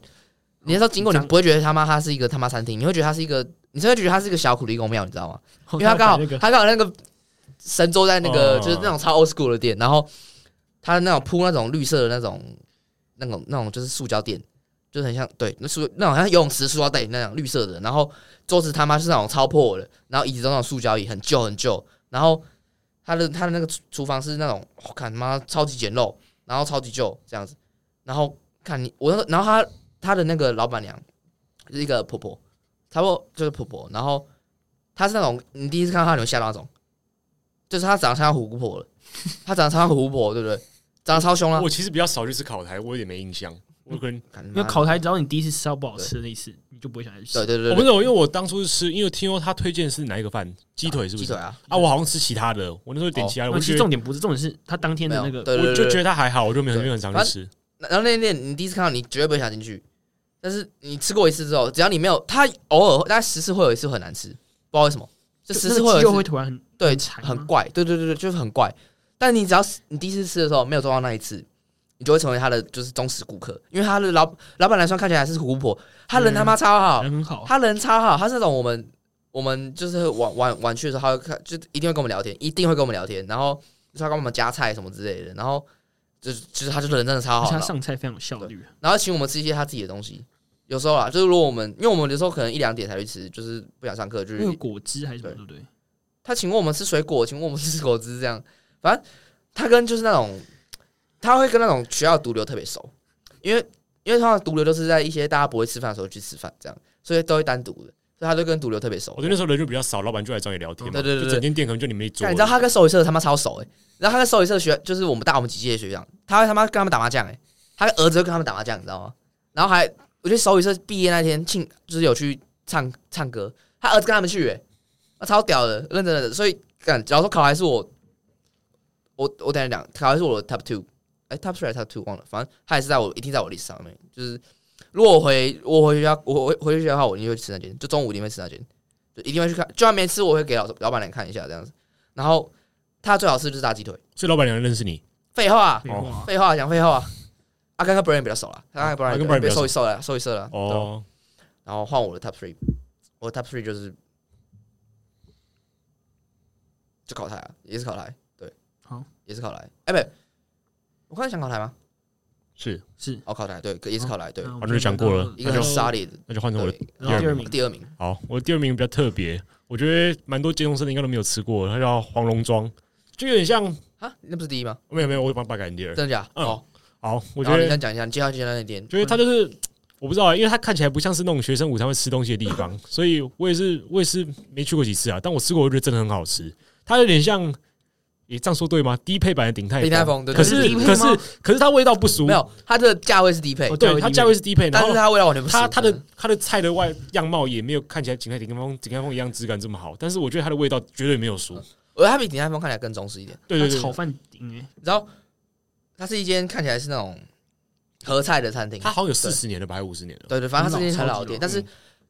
你那时候经过你哦脏不会觉得他妈他是一个他妈餐厅，你会觉得他是一个，你真的觉得他是一个小苦力公庙，你知道吗？因为他刚好那个他刚好那个神州在那个哦就是那种超 old school 的店，然后他那种铺那种绿色的那种那种那种就是塑胶垫，就是很像对那塑那种像游泳池塑胶袋那样绿色的，然后桌子他妈是那种超破的，然后椅子都那种塑胶椅，很旧很旧，然后他的他的那个厨厨房是那种我看他妈超级简陋，然后超级旧这样子，然后看你我那个然后他他的那个老板娘是一个婆婆，差不多就是婆婆，然后。她是那种你第一次看到她你会吓到那种，就是她长得像虎姑婆了， 她长得超像虎姑婆，对不对？长得超凶啊我！其实比较少去吃烤台，我有点没印象。嗯我可能干因妈的为烤台只要你第一次吃到不好吃的那一次，你就不会想再去吃对。对对我不对，懂，因为我当初是吃，因为听说他推荐是哪一个饭，鸡腿是不鸡是腿？啊，啊，我好像吃其他的，我那时候点其他的，哦然我后其觉实得重点不是重点是他当天没的有那个对我对就对觉对。得他还好，我就没有没有很常去吃。然后那天你第一次看到你绝对不会想进去，但是你吃过一次之后，只要你没有，它偶尔大概十次会有一次很难吃，不知道为什么，就就十那次个会有鸡一肉次会突然很对，柴吗很怪，对对对对，就是很怪。但你只要是你第一次吃的时候没有做到那一次，你就会成为他的就是忠实顾客，因为他的老老板来说看起来还是虎姑婆，他人他妈超好，人很好，他人超好，他是那种我们我们就是晚晚晚去的时候，他会看，就一定会跟我们聊天，一定会跟我们聊天，然后就是他跟我们夹菜什么之类的，然后就是就是他就是人真的超而好，且他然后上菜非常有效率。然后请我们吃一些他自己的东西。有时候啊，就是如果我们，因为我们有时候可能一两点才去吃，就是不想上课，就是那个果汁还是什么，对不对？他请问我们吃水果，请问我们吃果汁，这样，反正他跟就是那种，他会跟那种学校毒瘤特别熟，因为因为通常毒瘤都是在一些大家不会吃饭的时候去吃饭，这样，所以都会单独的，所以他就跟毒瘤特别熟我。觉得那时候人就比较少，老板就来找你聊天嘛，对对对对就整间店可能就你们一桌但。你知道他跟兽医社他妈超熟哎、欸，然后他跟兽医社学就是我们大我们几届的学长，他会他妈跟他们打麻将哎、欸，他的儿子会跟他们打麻将，你知道吗？然后还我觉得兽医社毕业那天庆就是有去唱唱歌，他儿子跟他们去哎、欸，那超屌的，认真的，所以干，假如说考还是我，我我等一下讲，考还是我的 top two，哎、t o p three 还是 top two 忘了，反正他也是在我一定在我 list 上面，就是如果我回我回学校，我回回学校的话，我一定会去吃那间，就中午一定会吃那间。就一定会去看，就算没吃，我会给老老板娘看一下这样子。然后他最好吃就是炸鸡腿。所以老板娘认识你，废话，啊废话，废话，讲废话。阿刚跟 Brian 比较熟了，他跟哦他 Brian 跟比较 Brian 比被较收一收了，收一收了。对啊哦，然后换我的 Top Three，我的 Top Three 就是就考台啊，也是考台，对，好，也是考台。哎，不，我刚才想考台吗？是，是，哦，考台，对，也是考台，对，那我反们正就讲过了一个很 solid，那就换成我的对，然后第二名，第二名，好，我的第二名比较特别，我觉得蛮多建中生的应该都没有吃过，它叫黄龙庄，就有点像，啊，那不是第一吗？没有没有，我把它改成第二。真的假？嗯哦，好，我然后觉你得先讲一下，你介绍介绍那点，觉得它就是我不知道、啊因为它看起来不像是那种学生午餐会吃东西的地方，所以我也是我也是没去过几次啊，但我吃过，我觉得真的很好吃。它有点像，也这样说对吗？低配版的鼎泰鼎泰丰对可对是对可是低配是可是它味道不俗，没有，它的价位是低配哦，对，它价位是低配，然但后是它味道完全不是啊它它的它的菜的外样貌也没有看起来景泰鼎泰丰景泰丰一样质感这么好，但是我觉得它的味道绝对没有俗。我觉得它比鼎泰丰看起来更中式一点。对对对，炒饭顶哎，然后它是一间看起来是那种合菜的餐厅，它好像有四十年了吧，还五十年了。对对，反正它是一间很老的店，但是嗯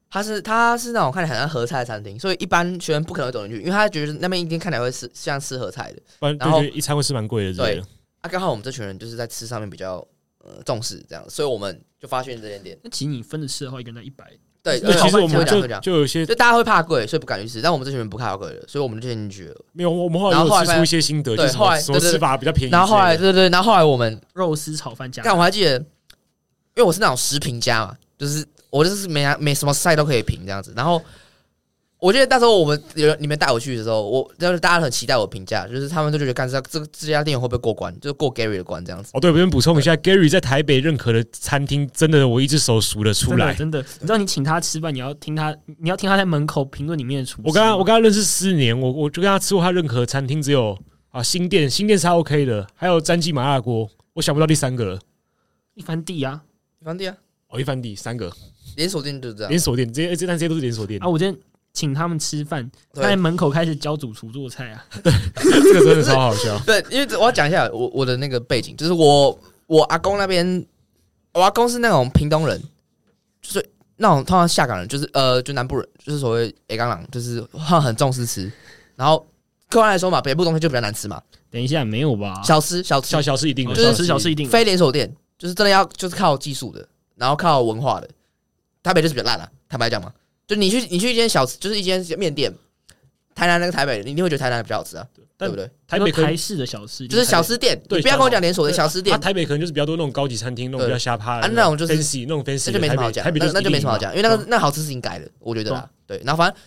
它是它是那种看起来很像合菜的餐厅，所以一般学生不可能会走进去，因为他觉得那边一定看起来会是像吃合菜的。不然就然后觉得一餐会吃蛮贵的之类的。啊，刚好我们这群人就是在吃上面比较呃重视这样，所以我们就发现这间店，那其实你分着吃的话，一个人在一百，对，那呃其实会我们会这样会这就样就有一些就大家会怕贵，所以不敢去吃，但我们这群人不怕贵的，所以我们就进去了。没有，我们后来然后后有来吃出一些心得，对就是什后么来什么对对吃法比较便宜之类的。然后后来，对对，然后后来我们肉丝炒饭加但我还记得，因为啊我是那种食评家嘛，就是我就是每样每什么菜都可以评这样子。然后我记得那时候我们有你们带我去的时候，我就是大家很期待我的评价，就是他们都觉得干这这这家店会不会过关，就是过 Gary 的关这样子。哦，对，我边补充一下，Gary 在台北认可的餐厅，真的我一只手数得出真的来。真的，你知道你请他吃饭，你要听他，你要听他在门口评论里面的厨师吗。我跟他我跟他认识四年，我我就跟他吃过他任何餐厅，只有啊新店新店是他 OK 的，还有詹记麻辣锅，我想不到第三个了。一番地啊反正啊，哦，一番地三个连锁店就是这样连。锁店，这些这但这些都是连锁店啊！，我今天请他们吃饭，他在对门口开始教主厨做菜啊。这个真的 超好笑。对，因为我要讲一下我我的那个背景，就是我我阿公那边，我阿公是那种屏东人，就是那种通常下港人，就是呃，就南部人，就是所谓北港人，就是他很重视吃。然后客观来说嘛，北部东西就比较难吃嘛，等一下，没有吧？小吃小吃小小是一定的，就是啊小吃小吃一定非连锁店，就是真的要就是靠技术的，然后靠文化的。台北就是比较烂了、啊坦白讲嘛，就你去你去一间小吃，就是一间面店，台南那个台北，你一定会觉得台南比较好吃啊，对但不对？台北可台能式的小吃，就是小吃店，对你不要跟我讲连锁的对小吃店啊，台北可能就是比较多那种高级餐厅，那种比较瞎趴啊的，那种就是 fancy 那种 fancy，那就没什么好讲台，北那台北那就没什么好是一定的嘛。啊讲，因为那个那好吃是应该的，我觉得啦。对，然后反正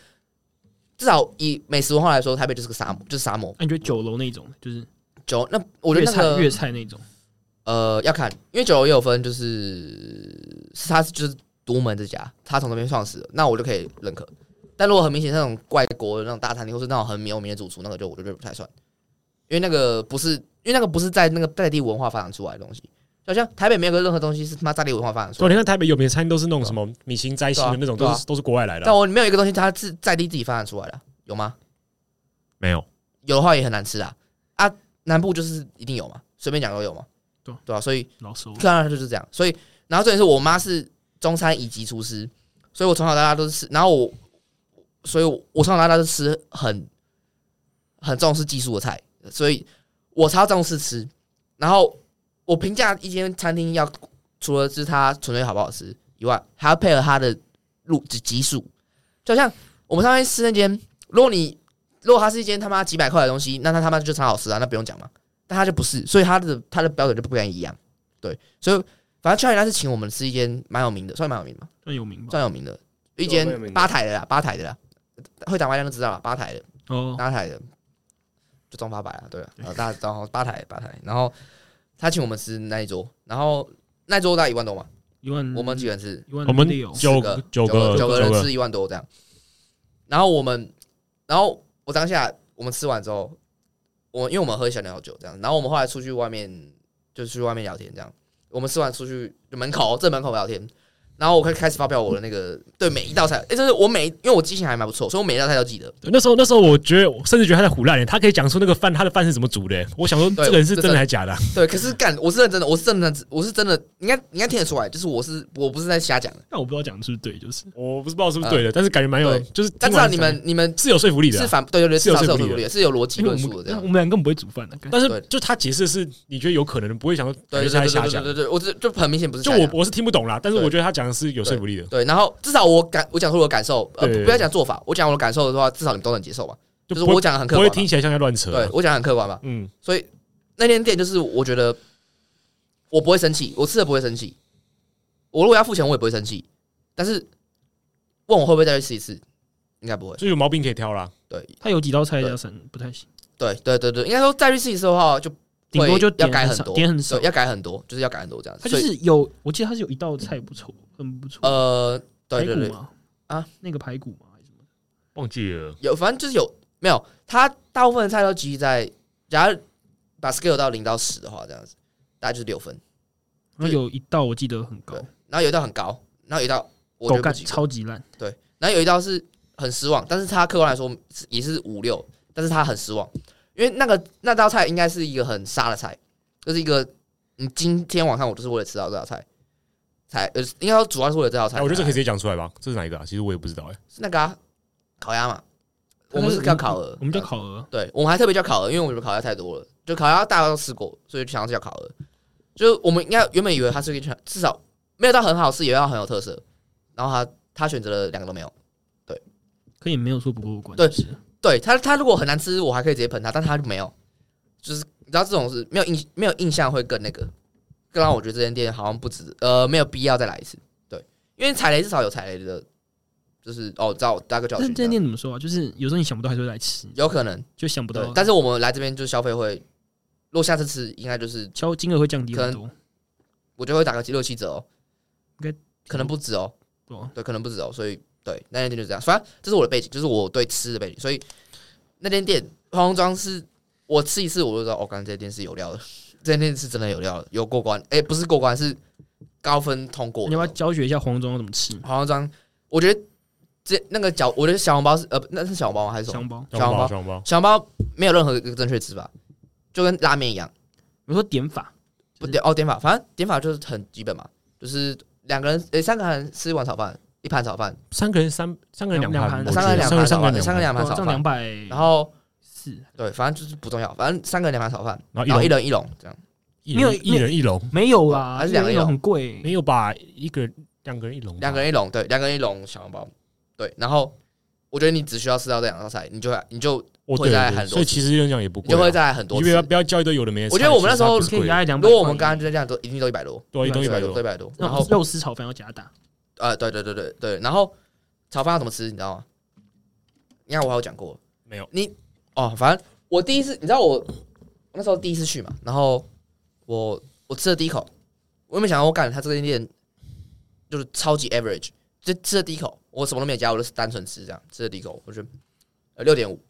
至少以美食文化来说，台北就是个沙漠，就是沙漠。啊那你觉得酒楼那种，就是酒那我觉粤得那菜粤个菜那种，呃要看，因为酒楼也有分，就是是他就是独门之家，他从那边创始的，那我就可以认可。但如果很明显那种外国的那种大餐厅，或是那种很有名的主厨，那个就我就觉得不太算，因为那个不是，因为那个不是在那个在地文化发展出来的东西。就好像台北没有个任何东西是他妈在地文化发展出来的对，你看台北有名的餐厅都是那种什么米其林摘星的那种，对都啊是都是国外来的但啊。我没有一个东西它是在地自己发展出来的啊，有吗？没有，有的话也很难吃啊。啊，南部就是一定有嘛，随便讲都有嘛，对啊对吧、所以老熟当然就是这样。所以，然后重点是我妈是中餐以及厨师，所以我从小到大都是吃。然后我，所以我我从小到大都是吃很很重视技术的菜，所以我超重视吃。然后我评价一间餐厅要除了是它纯粹好不好吃以外，还要配合它的路级级数。就好像我们上面吃那间，如果你如果它是一间他妈几百块的东西，那它他妈就超好吃啊，那不用讲嘛。但它就不是，所以它的它的标准就不跟一样。对，所以反正去年他是请我们吃一间蛮有名的，算蛮有名的嘛，算有名吧？算有名的，一蛮有名间的吧台的啦，吧台的啦，会打麻将都知道了，吧台的，哦，吧台的，就中八百啊，对啊，然后大家然后吧台吧台，然后他请我们吃那一桌，然后那一桌大概一万多嘛，一万，我们几个人吃一万我们六，九四个个九个九个九人个吃一万多这样，然后我们，然后我当下我们吃完之后，我因为我们喝小料酒这样，然后我们后来出去外面就去外面聊天这样，我们吃完出去就门口正门口聊天，然后我开开始发表我的那个对每一道菜，哎、就是我每因为我记性还蛮不错，所以我每一道菜都记得。对那时候，那时候我觉得，我甚至觉得他在胡乱欸，他可以讲出那个饭，他的饭是怎么煮的欸。我想说，对这个人是这真的真还是 假的啊？对，可是干我是认真的，我是真的，我是真的，你应该你应该听得出来，就是我是我不是在瞎讲的，但我不知道讲的是不是对，就是我不是不知道是不是对的，但是感觉蛮有，嗯对就是但至听少完你讲们你们是有说服力的是啊。反对对对，是有至少是说有服说力服的力的，是有逻辑因为我论们述的这样我。们两个根本不会煮饭的，啊干但是对就他解释的是，你觉得有可能不会想到，对对感觉是他对在对瞎对讲对。对，对我只就很明显不是就瞎我讲我是听不懂啦，但是对我觉得他讲的是有说服力的，对，然后至少我感我讲出我的感受，呃，对不不要讲做法，我讲我的感受的话，至少你们都能接受吧。就就是不会我讲的很客不观会嘛，听起来像在乱扯。对我讲得很客观吧。嗯，所以那间店就是我觉得我不会生气，我吃了不会生气，我如果要付钱我也不会生气，但是问我会不会再去吃一次，应该不会。所以有毛病可以挑啦。对他有几道菜加三不太行，对对对对，应该说再去吃一次的话就顶多会就要点改很很少，多，点很少对，。要改很多，就是要改很多这样。他子。就所以是有，我记得他是有一道菜不错，很不错，呃，对排对骨对，嘛，啊，那个排骨嘛，还是什么？忘记了，有，反正就是有没有，它大部分的菜都集在，假如把 scale 到零到十的话，这样子，大概就是六分。然后有一道我记得很高对，然后有一道很高，然后有一道我觉狗得不干及格超级烂，对，然后有一道是很失望，但是他客观来说是也是五六，但是他很失望，因为那个那道菜应该是一个很杀的菜，就是一个你今天晚上我就是为了吃到这道菜，才呃应该说主要是为了这道菜才哎，来，我觉得这可以直接讲出来吧。这是哪一个啊？其实我也不知道哎。是那个、啊、烤鸭嘛，我们是叫烤鹅，我们叫烤鹅，对，我们还特别叫烤鹅，因为我们觉得烤鸭太多了，就烤鸭大家都吃过，所以就想要叫烤鹅。就是我们应该原本以为它是一个至少没有到很好吃，也要很有特色。然后他他选择了两个都没有。可也没有说不过关，对就是对他他如果很难吃，我还可以直接喷他，但他就没有。就是你知道这种是没有印没有印象会更那个，更让我觉得这间店好像不值呃没有必要再来一次。对，因为踩雷至少有踩雷的就是哦，知道大个教但训是这这样，店怎么说啊？就是有时候你想不到还是会来吃，有可能就想不对到，，但是我们来这边就是消费会，如果下次吃，应该就是敲金额会降低很多，我觉得会打个六七折哦，应该可能不止哦，对吧？对，可能不止哦，所以对那间店就这样。反正这是我的背景，就是我对吃的背景，所以那间店化妆妆是我吃一次我就知道，哦，刚才这间店是有料的， 这间店是真的有料的，有过关，哎、不是过关是高分通过你的。要不要教学一下黄忠要怎么吃？化妆妆，我觉得这那个小，我觉得小笼包是呃，那是小笼包吗？还是什么？香包，小笼包小笼包，小笼包没有任何一个正确吃法，就跟拉面一样。我说点法，不就是点哦，点法，反正点法就是很基本嘛，就是两个人诶、三个人吃一碗炒饭，一盘炒饭，三个人三三个人两两盘两盘我觉三个得人两三个盘人炒三个饭，人三个人盘两盘哇炒这样饭两，百，然后四，对，反正就是不重要，反正三个人两盘炒饭，然然后哦后一一人一笼这样，一没有人一人一笼，没有啦，还是两个一有很贵没，有吧？一个人两个人一笼吧，两个人一笼，对，两个人一笼小笼包，对，然后我觉得你只需要吃到这两道菜，你就会你就哦，会对再对很多所以次其实跟你讲也不你贵就啊，会再来很多你不次。要不要叫一堆有的没的菜。我觉得我们那时候其可实以它压两百。如果我们刚刚就这样做，一定哦都一百多，不贵对一对顿一百多，多一，百多。然然后后肉丝炒饭要加大，呃，对对对对对，然后炒饭要怎么吃，你知道吗？你看我还有讲过，没有哦，反正我第一次，你知道我那时候第一次去嘛，然后我我吃了第一口，我也没想到我干他这间店就是超级 average，就吃了第一口，我什么都没有加，我就是单纯吃这样，吃了第一口，我觉得呃六点五，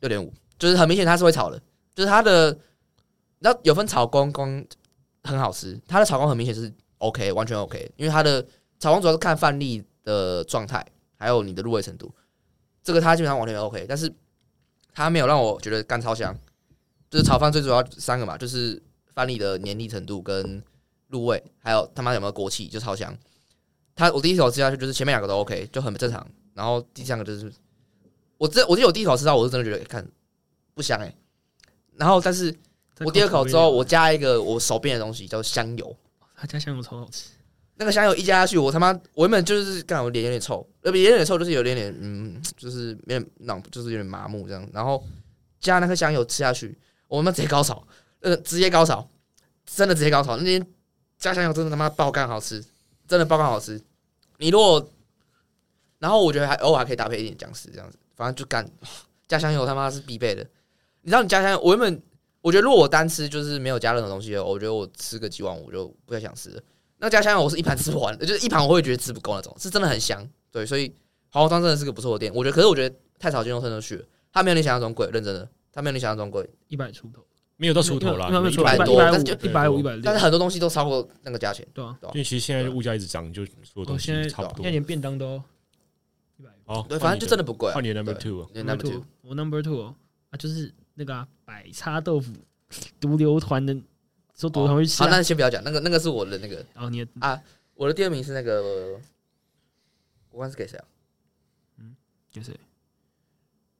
六点五，就是很明显它是会炒的，就是它的，你知道有分炒公公很好吃，它的炒公很明显是 OK，完全 OK，因为它的炒公主要是看饭粒的状态，还有你的入味程度，这个它基本上完全 OK，但是。它没有让我觉得干超香。就是炒饭最主要三个嘛，就是饭粒的黏腻程度跟入味，还有他妈有没有锅气，就超香。它我第一口吃下去，就是前面两个都 OK，就很正常。然后第三个就是我这我记得我第一口吃到，我是真的觉得看不香哎、然后但是我第二口之啊后，我加一个我手边的东西叫香油，他家香油超好吃，那个香油一加下去，我他妈我原本就是干我脸有点臭，呃不脸有点臭，就是有点点嗯，就是有点那种就是有点麻木这样。然后加那颗香油吃下去，我他妈直接高潮，呃直接高潮，真的直接高潮。那天加香油真的他妈爆干好吃，真的爆干好吃。你如果，然后我觉得还偶尔还可以搭配一点姜丝这样子，反正就干加香油他妈是必备的。你知道你加香油，我原本我觉得如果我单吃就是没有加任何东西的，我觉得我吃个几碗我就不太想吃了。那家香油我是一盘吃不完，就是一盘我会觉得吃不够那种，是真的很香。对，所以豪华庄真的是个不错的店，我觉得。可是我觉得太少金融生都去了，它没有你想象中贵，认真的，它没有你想象中贵，一百出头，没有到出头啦，没有没有一出头100百多但是一就百五、一百五、一百但是六，很多东西都超过那个价钱。对啊，因为其实现在物价一直涨，就所有东哦现在西差不现多在。连便当都一百哦，对，反正就真的的不贵、啊换。你的 number two 了。你的 number number two two，我 number two 哦啊，就是那个啊百叉豆腐毒瘤团的，说毒瘤团去吃哦好，啊，那先不要讲那个，那个是我的那个，然后你的我的第二名是那个，我忘记是给谁啊？就是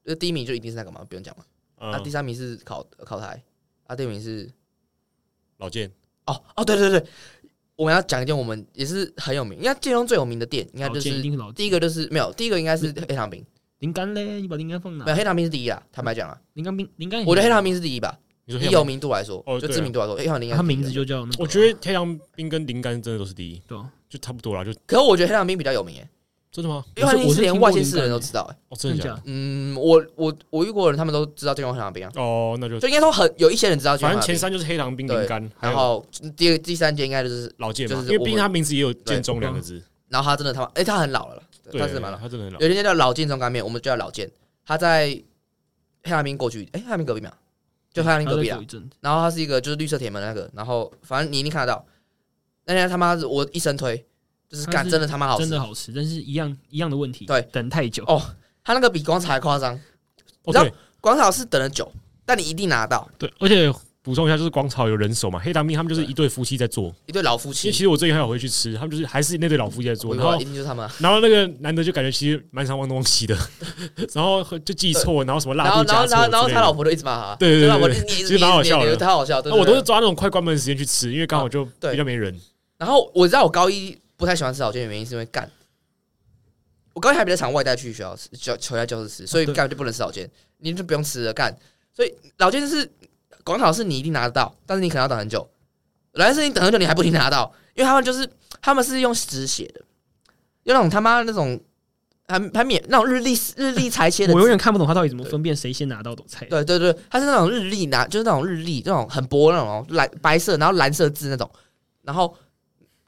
呃，第一名就一定是那个嘛，不用讲嘛。啊，第嗯，三名是烤烤台，啊，第二名是老健哦哦，对对对，我们要讲一件我们也是很有名，应该建中最有名的店，应该老就哦煎是一定是老第一个就是没有，第一个应该是嗯黑糖冰，林干嘞，你把林干放哪没？有黑糖冰是第一啦。坦白讲啊，林干冰，林干也啊我觉得黑糖冰是第一吧，你说以嗯黑有糖，名度来说哦，就对啊知名度来说，黑糖冰应该是它第一啊名的字就叫那个，啊我觉得黑糖冰跟林干真的都是第一，对啊，就差不多啦，就可是我觉得黑糖冰比较有名耶，真的吗？因为黑糖冰我是是连听过外县市林的甘人都耶知道耶。哦，真真的假假的？的？嗯，我我我遇过的人，他们都知道建中黑糖冰啊，哦，那就就应该说很有一些人知道建反中黑正前糖三就是黑糖冰、对林干，冰，还然有后第二第三间应该就是，老健嘛，就是因为我毕竟他名字也有“建中”两个字，然后他真的他妈，哎，他很老了啦，对对，他真的蛮老的。他真的很老。有一间叫老建中干面，我们就叫老建，他在黑糖冰过去，哎，黑糖冰隔壁嘛，就黑糖冰它隔再壁啊过一。阵子，然后它是一个就是绿色铁门那个，然后反正你一定看得到。那天他妈是我一生推，就是它干是真的他妈好真吃的，好吃，但是一样一样的问题，对等太久哦，他那个比广场还夸张，哦，然对后广场是等了久，但你一定拿到对，而且补充一下，就是广草有人手嘛，黑糖冰他们就是一对夫妻在做。一对老夫其妻实，其实我最近还有回去吃，他们就是还是那对老夫妻在做，我然忘了后一定就是他们啊。然后那个男的就感觉其实蛮常忘东忘 西的，然后就记错，然后什么然辣后度然后加然后然错后之类他老的。婆就一直骂他，对对对他老婆对一直念一直其实蛮好笑念的念念太好笑，对啊那我都对是对抓那种快关门的时间去吃，因为刚好就对比较没人。然后我知道我高一不太喜欢吃老煎的原因是因为干，我高一还比较常外带去学校吃，求求在教室吃，所以哦对干就不能吃老煎，你就不用吃了干。所以老煎就是广场是你一定拿得到，但是你可能要等很久。来是你等很久，你还不一定拿到，因为他们就是他们是用纸写的，用那种他妈那种还还免那种日历日历裁切的我纸永远看不懂他到底怎么分辨谁先拿到的菜。对对对，它是那种日历拿，就是那种日历，那种很薄那种哦蓝白色，然后蓝色字那种，然后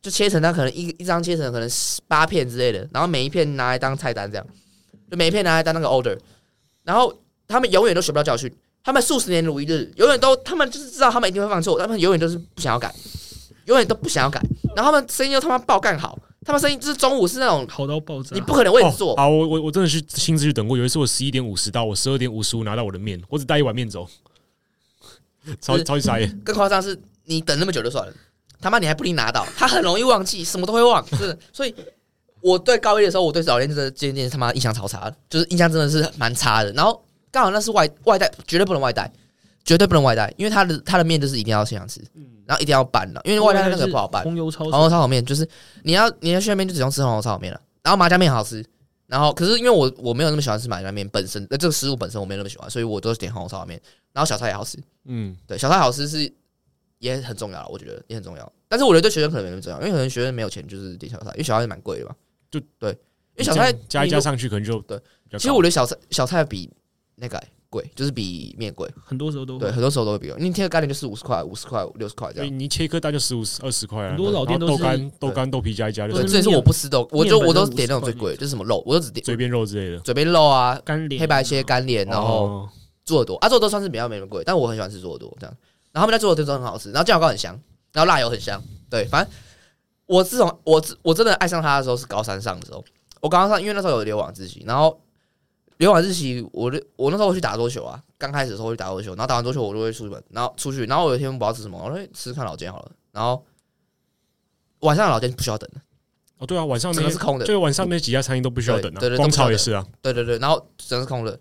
就切成它可能一一张切成可能十八片之类的，然后每一片拿来当菜单这样，就每一片拿来当那个 order，然后他们永远都学不到教训，他们数十年如一日，永远都他们就是知道他们一定会犯错，他们永远都是不想要改，永远都不想要改，然后他们生意又他妈爆干好，他们生意就是中午是那种好到爆炸！你不可能为你做，哦好，我我我真的去亲自去等过。有一次我十一点五十到，我十二点五十五拿到我的面，我只带一碗面走，超是超级傻 眼。更夸张是，你等那么久就算了，他妈你还不一定拿到，他很容易忘记，什么都会忘， 真的。所以我对高一的时候，我对早恋这个这件事他妈印象超差的，就是印象真的是蛮差的。然后刚好那是外外带，绝对不能外带，绝对不能外带，因为他的他的面就是一定要现场吃，然后一定要拌的，因为外带那个不好拌。红油抄手红油炒炒面就是你要你要去那边就只用吃红油炒炒面了，然后麻酱面好吃。然后，可是因为我我没有那么喜欢吃麻酱面本身，呃，这个食物本身我没有那么喜欢，所以我都是点红油炒炒面。然后小菜也好吃，嗯，对，小菜好吃是也很重要啦，我觉得也很重要。但是我觉得对学生可能没那么重要，因为可能学生没有钱就是点小菜，因为小菜也蛮贵的嘛。就对，因为小菜这样加一你加如上去可能就对比较高。其实我觉得小菜小菜比那个欸贵，就是比面贵。很多时候都会对，很多时候都会比你贴个概念就是五十块、五十块、六十块这所以样。你一切一颗蛋就十五二十块啊，很多老店然后都是豆干、豆干、豆皮加一加就对，是是这也是我不吃豆，我就面我本都身是点那种最50贵的，就是什么肉，我都只点嘴边肉之类的。嘴边肉啊、干脸黑白切、干莲，然后哦做多啊，做多算是比较没那么贵，但我很喜欢吃做多这样。然后他们家做的都很好吃，然后酱油膏很香，然后辣油很香，对，反正我自从我自我真的爱上它的时候是高三上的时候，我高三上因为那时候有留晚自习，然后留晚自习我就我那时候会去打桌球啊，刚开始的时候会去打桌球，然后打完桌球我就会出门，然后出去，然后我有一天不知道吃什么，我说哎吃看老煎好了，然后晚上的老煎不需要等了，哦，对啊，晚上整那个是空的，对晚上那几家餐厅都不需要对等啊对对，都光不需要炒也等是啊。对对对，然后整个是空的，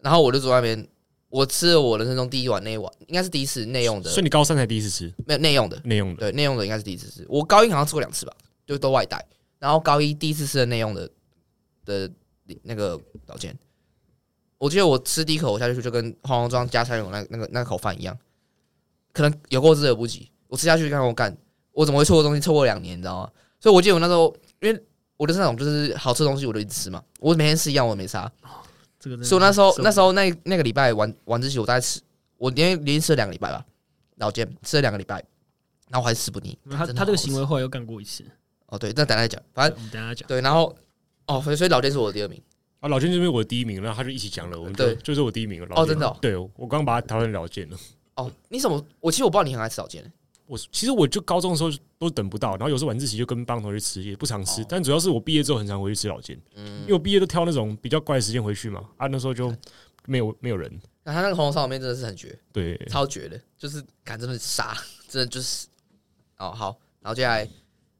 然后我就坐在那边，我吃了我人生中第一碗那一碗，应该是第一次内用的所以，你高三才第一次吃没有内用的，内用的，对内用的应该是第一次吃，我高一好像吃过两次吧，就都外带，然后高一第一次吃的内用的的那个老煎，我记得我吃第一口我下去就跟化妆妆加菜油那那个那口饭一样，可能有过之而不及，我吃下去看我干，我怎么会错过东西错过两年，你知道吗？所以我记得我那时候因为。我就是那种，就是好吃的东西我就一直吃嘛，我每天吃一样我也没差，这个真的所以我那时候受不了那时候那那个礼拜晚晚自习，我大概吃我连连吃了两个礼拜吧，老煎吃了两个礼拜，然后我还是吃不腻。他真的他好这个吃行为后来又干过一次，哦，对，那等一下再讲，我反正们等一下讲。对，然后哦，所以所以老煎是我的第二名，啊，老健这边我的第一名，然后他就一起讲了，我们就对就是我第一名了。老哦健真的哦对我刚把他讨论老健了。哦，你怎么？我其实我不知道你很爱吃老煎，我其实我就高中的时候都等不到，然后有时候晚自习就跟班同学吃，也不常吃哦。嗯但主要是我毕业之后很常回去吃老健，因为我毕业都挑那种比较怪的时间回去嘛。啊，那时候就没有没有人，那他那个红烧炒面真的是很绝，对，超绝的，就是感真的是杀， 真的就是哦好，然后接下来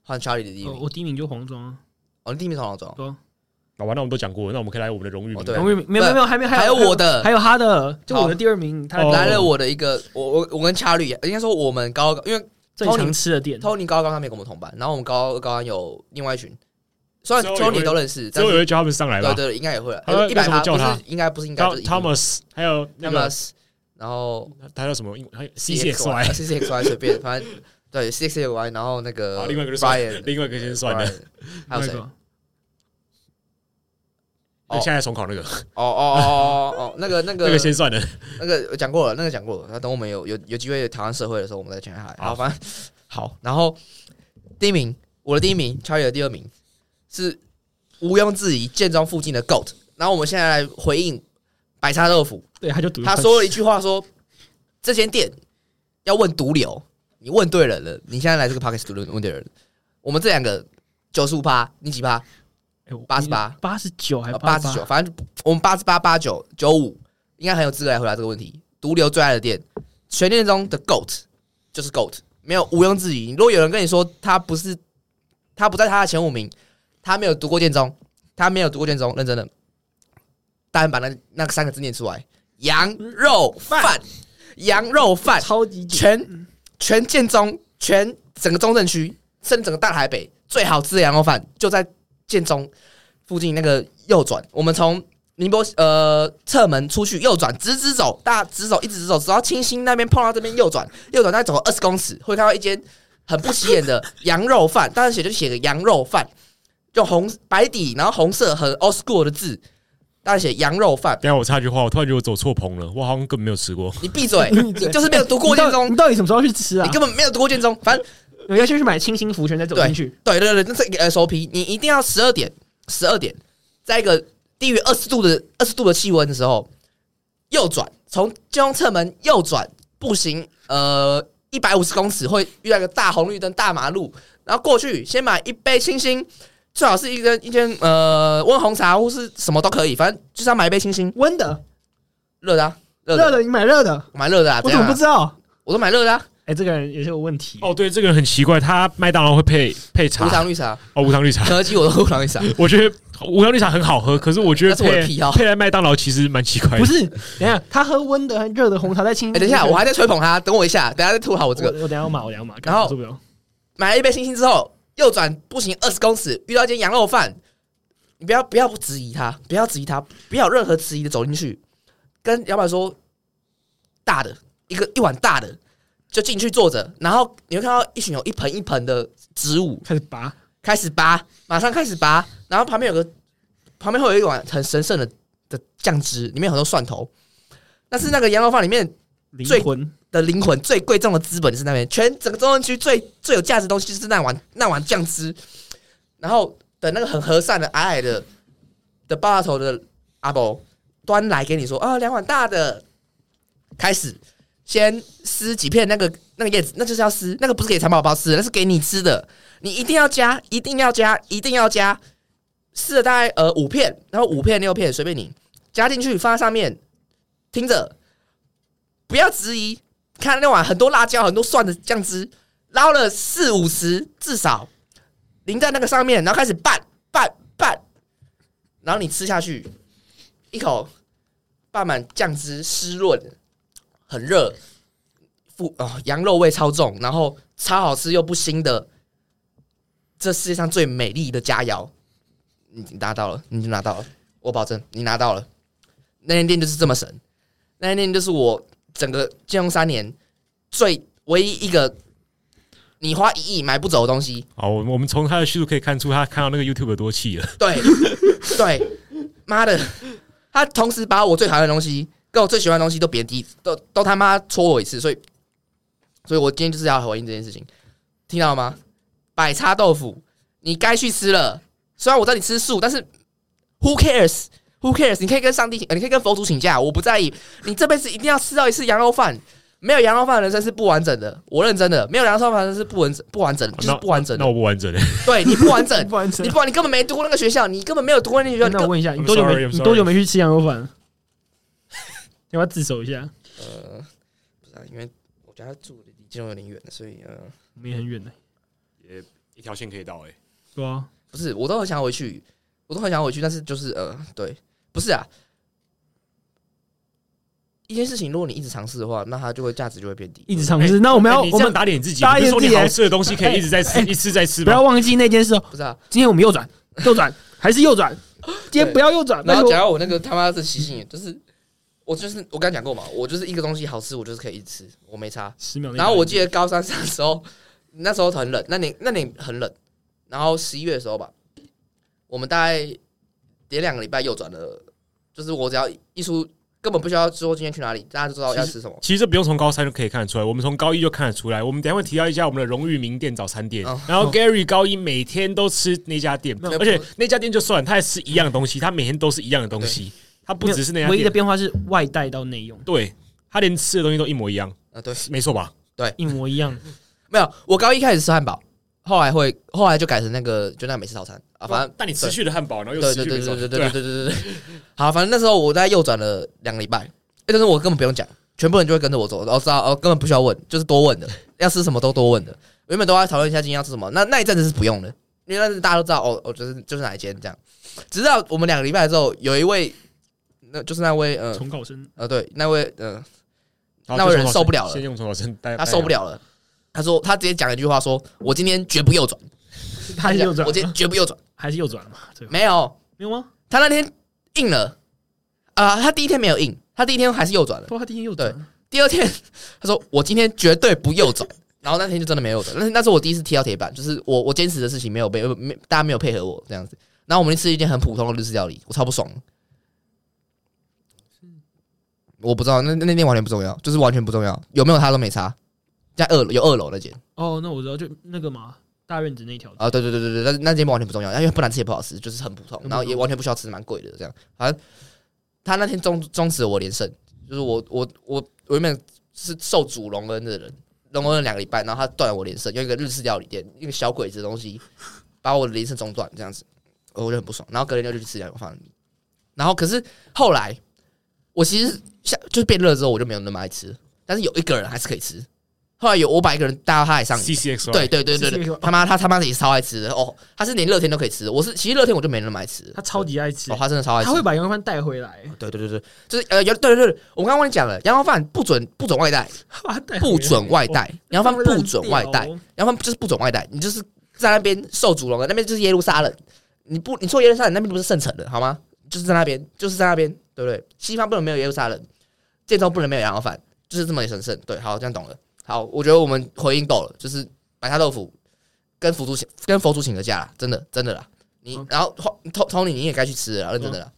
换 Charlie 的第一哦我名，我第一名就黄庄啊，哦，你第一名是黄庄，对啊，好吧，那我们都讲过了，那我们可以来我们的荣誉名哦对单。黄玉明没有没有没有，还没还有我的还有他的，就好我的第二名，他哦来了我的一个，我我我跟 Charlie 应该说我们高，因为最常吃的店， Tony 高高他们也跟我们同班，然后我们高二高三有另外一群，虽然之后也 Tony 会都认识，之但后是有人叫他们上来对吧。对，应该也会了他们，一百那时候趴叫不他是应该不是应该然就后是 Thomas 还有那个 Thomas，然后他叫什么？英还有 CCXY， C C X Y 随便，反正对 C X Y，然后那个啊好另外一个就呃算 Brian，另外一个先算的。 Brian，还有谁？那哦个哦现在重考那个，哦哦哦哦，那个那个那个先算的。那个讲过了，那个讲过了。那等我们有有有机会台湾社会的时候，我们再讲下来。好好，反正 好。然后第一名，我的第一名，Charlie 的第二名是毋庸置疑建中附近的 GOAT。然后我们现在来回应白叉豆腐，对，他就赌他说了一句话说：“这间店要问毒瘤，你问对人了。你现在来这个 p o c k e t 问对人了。我们这两个九十五趴，你几趴？88哎八十九还哦呃八八十九，，反正我们八十八、八九、九五，应该很有资格来回答这个问题。毒瘤最爱的店，全店中的 GOAT 就是 GOAT，没有毋庸置疑。如果有人跟你说他不是，他不在他的前五名，他没有读过建中，他没有读过建中，认真的，大家把那那三个字念出来：羊肉饭，羊肉饭，哎超级久全全建中，全整个中正区，甚至整个大台北最好吃的羊肉饭就在建中附近那个右转。我们从宁波呃侧门出去右转，直直走，大家直走一直直走，直到清新那边碰到这边右转，右转再走二十公尺，会看到一间很不起眼的羊肉饭，当然写就写个羊肉饭，就红白底，然后红色很 old school 的字，大家写羊肉饭。等一下我插句话，我突然觉得我走错棚了，我好像根本没有吃过。你闭 嘴，你就是没有读你过到建底中你，到底什么时候去吃啊你？根本没有读过建中。反正你要先去买清新福泉再走进去。对对对，那是一个呃 SOP，你一定要十二点，十二点，在一个低于二十度的二十度的气温的时候，右转，从金融侧门右转，步行呃一百五十公尺会遇到一个大红绿灯大马路，然后过去先买一杯清新，最好是一个一间呃温红茶或是什么都可以，反正就是要买一杯清新，温的，热的、啊，热热的，的，你买热的，我买热的啊，怎我怎样么啊不知道？我都买热的啊，哎，这个人也是有问题。啊哦，对，这个人很奇怪，他麦当劳会配配无茶糖绿茶，哦，无糖 绿茶肯。德基我都无糖绿茶， 我觉得无糖绿茶很好喝，可是我觉那得是我的配癖好配在麦当劳其实蛮奇怪的。不是，等一下他喝温的、热的红茶在清新哎、福等泉。一下，我还在吹捧他，等我一下，等一下再吐好我这个。我我等一下要骂，我等一下要骂。然后干受不了，买了一杯星星之后，右转步行二十公尺，遇到一间羊肉饭，你不要不要质疑他，不要质疑他，不要有任何质疑的走进去，跟老板说大的一个一碗大的就进去坐着，然后你会看到一群有一盆一盆的植物开始拔。开始拔，马上开始拔，然后旁边有个旁边会有一碗很神圣的的酱汁，里面有很多蒜头，但是那个羊肉饭里面灵最魂的灵魂最贵重的资本是那边，全整个中山区最最有价值的东西就是那碗那碗酱汁，然后等那个很和善的矮矮的的爆炸头的阿伯端来给你说啊，两碗大的，开始先撕几片那个那个叶子，那就是要撕，那个不是给蚕宝宝吃的，那是给你吃的，你一定要加，一定要加，一定要加，撕了大概呃五片，然后五片六片随便你加进去放在上面，听着。不要质疑，看那碗很多辣椒、很多蒜的酱汁，捞了四五十至少，淋在那个上面，然后开始拌拌拌，然后你吃下去，一口拌满酱汁，湿润，很热，附啊、羊肉味超重，然后超好吃又不腥的，这世界上最美丽的佳肴，你你拿到了，你就拿到了，我保证你拿到了，那间店就是这么神。那一年就是我整个金融三年最唯一一个你花一亿买不走的东西。好，我们我们从他的叙述可以看出，他看到那个 YouTube 有多气了。对 对，妈的，他同时把我最讨厌的东西跟我最喜欢的东西都贬低，都都他妈戳我一次，所以，所以我今天就是要回应这件事情，听到吗？百叉豆腐，你该去吃了。虽然我知道你吃素，但是 who cares？Who cares？你可以跟上帝请，呃你可以跟佛祖请假，我不在意。你这辈子一定要吃到一次羊肉饭，没有羊肉饭的人生是不完整的。我认真的，没有羊肉饭的人生是不完整、不完整的，就是不完整哦那的。我不完整了。对你不完整，不完整你不管你根本没读过那个学校，你根本没有读过那个学校，你那我根问一下， I'm 你多久 sorry, 没 I'm 你多久没去吃羊肉饭？ 要不要自首一下？呃，不知道，因为我家住离金融有点远，所以呃，我们也很远的，一条线可以到哎、对啊，不是，我都很想回去，我都很想回去，但是就是呃，对，不是啊。一件事情，如果你一直尝试的话，那它就会价值就会变低。一直尝试。那我我们哎要我哎这样们打脸自己，打你不脸自是说你己好欸吃的东西可以一直在吃，哎一直在吃不要吗？忘记那件事哦。不是啊，今天我们右转，右转还是 右转，今天不要右转。然拜后托讲到我那个他妈的习性，就是我就是我刚讲过嘛，我就是一个东西好吃，我就是可以一直吃，我没差。十秒内打脸。然后我记得高三上的时候，那时候很冷，那年那年很冷，然后十一月的时候吧，我们大概连两个礼拜右转了，就是我只要一出根本不需要说今天去哪里，大家就知道要吃什么。其实这不用从高三就可以看得出来，我们从高一就看得出来。我们等一下会提到一家我们的荣誉名店早餐店哦，然后 Gary 高一每天都吃那家店，有而且那家店就算了，他还吃一样的东西，他每天都是一样的东西，他不只是那家唯一的店，变化是外带到内用，对他连吃的东西都一模一样，啊，对，没错吧？一模一样。 没有，我高一开始吃汉堡，后来会后来就改成那个就那个美式套餐啊，反正但你持续的汉啊堡，然后又对持对续对的对对对对对对对。好，反正那时候我大概右转了两个礼拜，哎，但是我根本不用讲，全部人就会跟着我走，我知道，哦，根本不需要问，就是多问的，要吃什么都多问的。原本都要讨论一下今天要吃什么，那那一阵子是不用的，因为那阵子大家都知道，哦哦，就是就是哪一间这样。直到我们两个礼拜之后，有一位，那就是那位，呃重考生呃，对，那位，呃，好那就有人从受我不了了先用从我身，哎他受不。了了，他说他直接讲了一句话说，我今天绝不右转， 还是右转我今吗天，绝不右转，嗯还是右转嘛？最后没有，没有吗？他那天硬了啊、他第一天没有硬，他第一天还是右转了。 不，他第一天右转啊，第二天，他说我今天绝对不右转， 然后那天就真的没有的，那那是我第一次踢到铁板，就是我我坚持的事情没有被没大家没有配合我这样子。然后我们去吃一间很普通的日式料理，我超不爽的。我不知道那那那天完全不重要，就是完全不重要，有没有他都没差。在二楼有二楼那间哦，那我知道，就那个嘛，大院子那条。啊，对对对对对，但是那间完全不重要，因为不难吃也不好吃，就是很普通，很普通然后也完全不需要吃，蛮贵的这样。反正他那天终终止了我连胜，就是我我我我原本是受主隆恩的人，隆恩了两个礼拜，然后他断了我连胜，用一个日式料理店一个小鬼子的东西把我的连胜中断，这样子，我就很不爽。然后隔天就去吃两个饭，然后可是后来我其实下就是变热之后我就没有那么爱吃，但是有一个人还是可以吃。后来有我把一个人带到他海上瘾 C C X 对对对对是那对个，他妈他他妈也超爱吃的哦，他是连乐天都可以吃，我是其实乐天我就没那么爱吃，他超级爱吃哦，，他真的超爱吃他，会把洋芋片带回 来，对对对对，就是呃有对对对，我刚刚忘记讲了，羊肉饭不准不准外带，他把它带回来不准外带，羊肉饭不准外带烂，掉羊肉饭就是不准外带，你就是在那边受阻了，那边就是耶路撒冷，你不你说耶路撒冷那边不是圣城了好吗？就是在那边，就是在那边，对不对？西方不能没有耶路撒冷，建中不能没有羊肉饭，就是这么的神圣。对，好，这样懂了。好，我觉得我们回应够了，就是白菜豆腐跟佛祖请跟佛祖请个假啦，真的真的啦。你嗯然后 Tony 你也该去吃了啦，认真的啦。